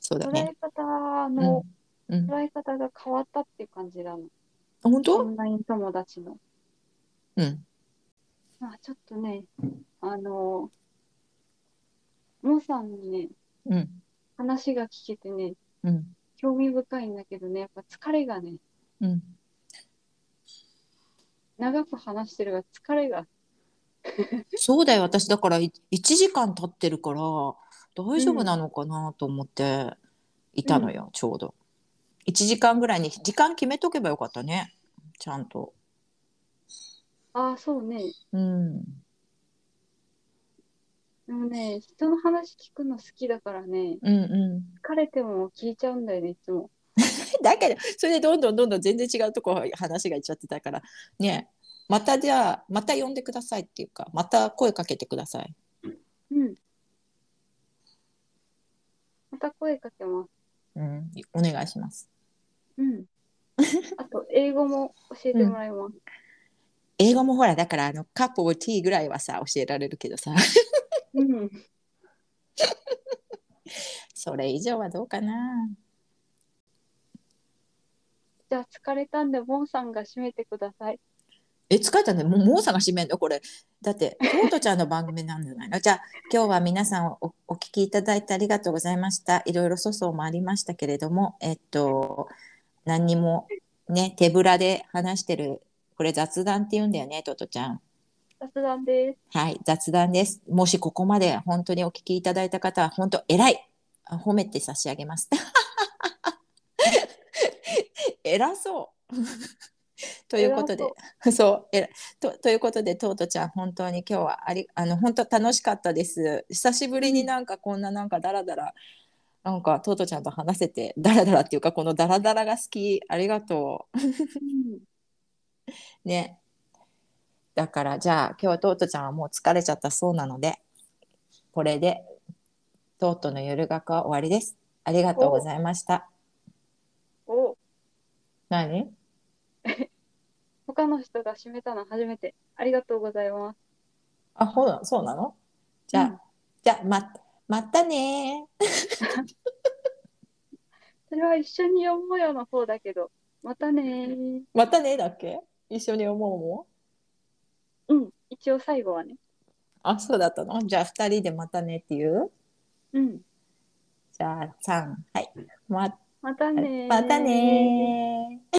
Speaker 2: そうだ
Speaker 3: 捉え
Speaker 2: ね。
Speaker 3: 方
Speaker 2: う
Speaker 3: の
Speaker 2: ん、うん、
Speaker 3: 捉え方が変わったっていう感じなの。
Speaker 2: 本
Speaker 3: オ
Speaker 2: 当？
Speaker 3: ンライン友達の。
Speaker 2: うん
Speaker 3: まあ、ちょっとね、あの、モーさんにね、
Speaker 2: うん
Speaker 3: 話が聞けてね、
Speaker 2: うん
Speaker 3: 興味深いんだけどね、やっぱ疲れがね、
Speaker 2: うん。
Speaker 3: 長く話してるが疲れが。
Speaker 2: そうだよ私だから1時間経ってるから大丈夫なのかなと思っていたのよ、ちょうど1時間ぐらいに時間決めとけばよかったねちゃんと
Speaker 3: ああ、そうね。
Speaker 2: うん
Speaker 3: でもね、人の話聞くの好きだからね、
Speaker 2: うんうん
Speaker 3: 疲れても聞いちゃうんだよね、いつも。
Speaker 2: だけどそれでどんどんどんどん全然違うとこ話がいっちゃってたからねえまたじゃあまた呼んでくださいっていうかまた声かけてください
Speaker 3: うん。また声かけます。
Speaker 2: うん、お願いします。
Speaker 3: うん。あと、英語も教えてもらいます。
Speaker 2: 英語もほらだからあのカップをティーぐらいはさ教えられるけどさ
Speaker 3: うん。
Speaker 2: それ以上はどうかな
Speaker 3: じゃあ、疲れたんで、モンさんが締めてください。
Speaker 2: え疲れたねもうもう探しめんのこれだってトートちゃんの番組なんじゃないの じゃあ今日は皆さんおお聞きいただいてありがとうございましたいろいろ粗相もありましたけれどもえっと何にもね手ぶらで話してるこれ雑談って言うんだよねトートちゃん
Speaker 3: 雑談です。
Speaker 2: はい、雑談です。もしここまで本当にお聞きいただいた方は本当偉い。あ褒めて差し上げます。 偉そう。 ということで
Speaker 3: 偉、
Speaker 2: そう、えらとということで、トートちゃん本当に今日はありあの本当楽しかったです。久しぶりになんかこんななんかダラダラなんかトートちゃんと話せてダラダラっていうかこのダラダラが好き。ありがとう。
Speaker 3: うん。
Speaker 2: ね。だからじゃあ今日トートちゃんはもう疲れちゃったそうなのでこれでトートのゆる学は終わりです。ありがとうございました。
Speaker 3: お
Speaker 2: 何
Speaker 3: 他の人が締めたの初めて。ありがとうございます。
Speaker 2: あほらそうなのじゃあ、
Speaker 3: うん
Speaker 2: じゃあままたね
Speaker 3: それは一緒に読もうよの方だけど、またねー。
Speaker 2: またねだっけ一緒に思うもん
Speaker 3: うん。一応最後はね。
Speaker 2: あそうだったのじゃあ二人でまたねっていう
Speaker 3: うん。
Speaker 2: じゃあ三はいま
Speaker 3: またねー。
Speaker 2: またねー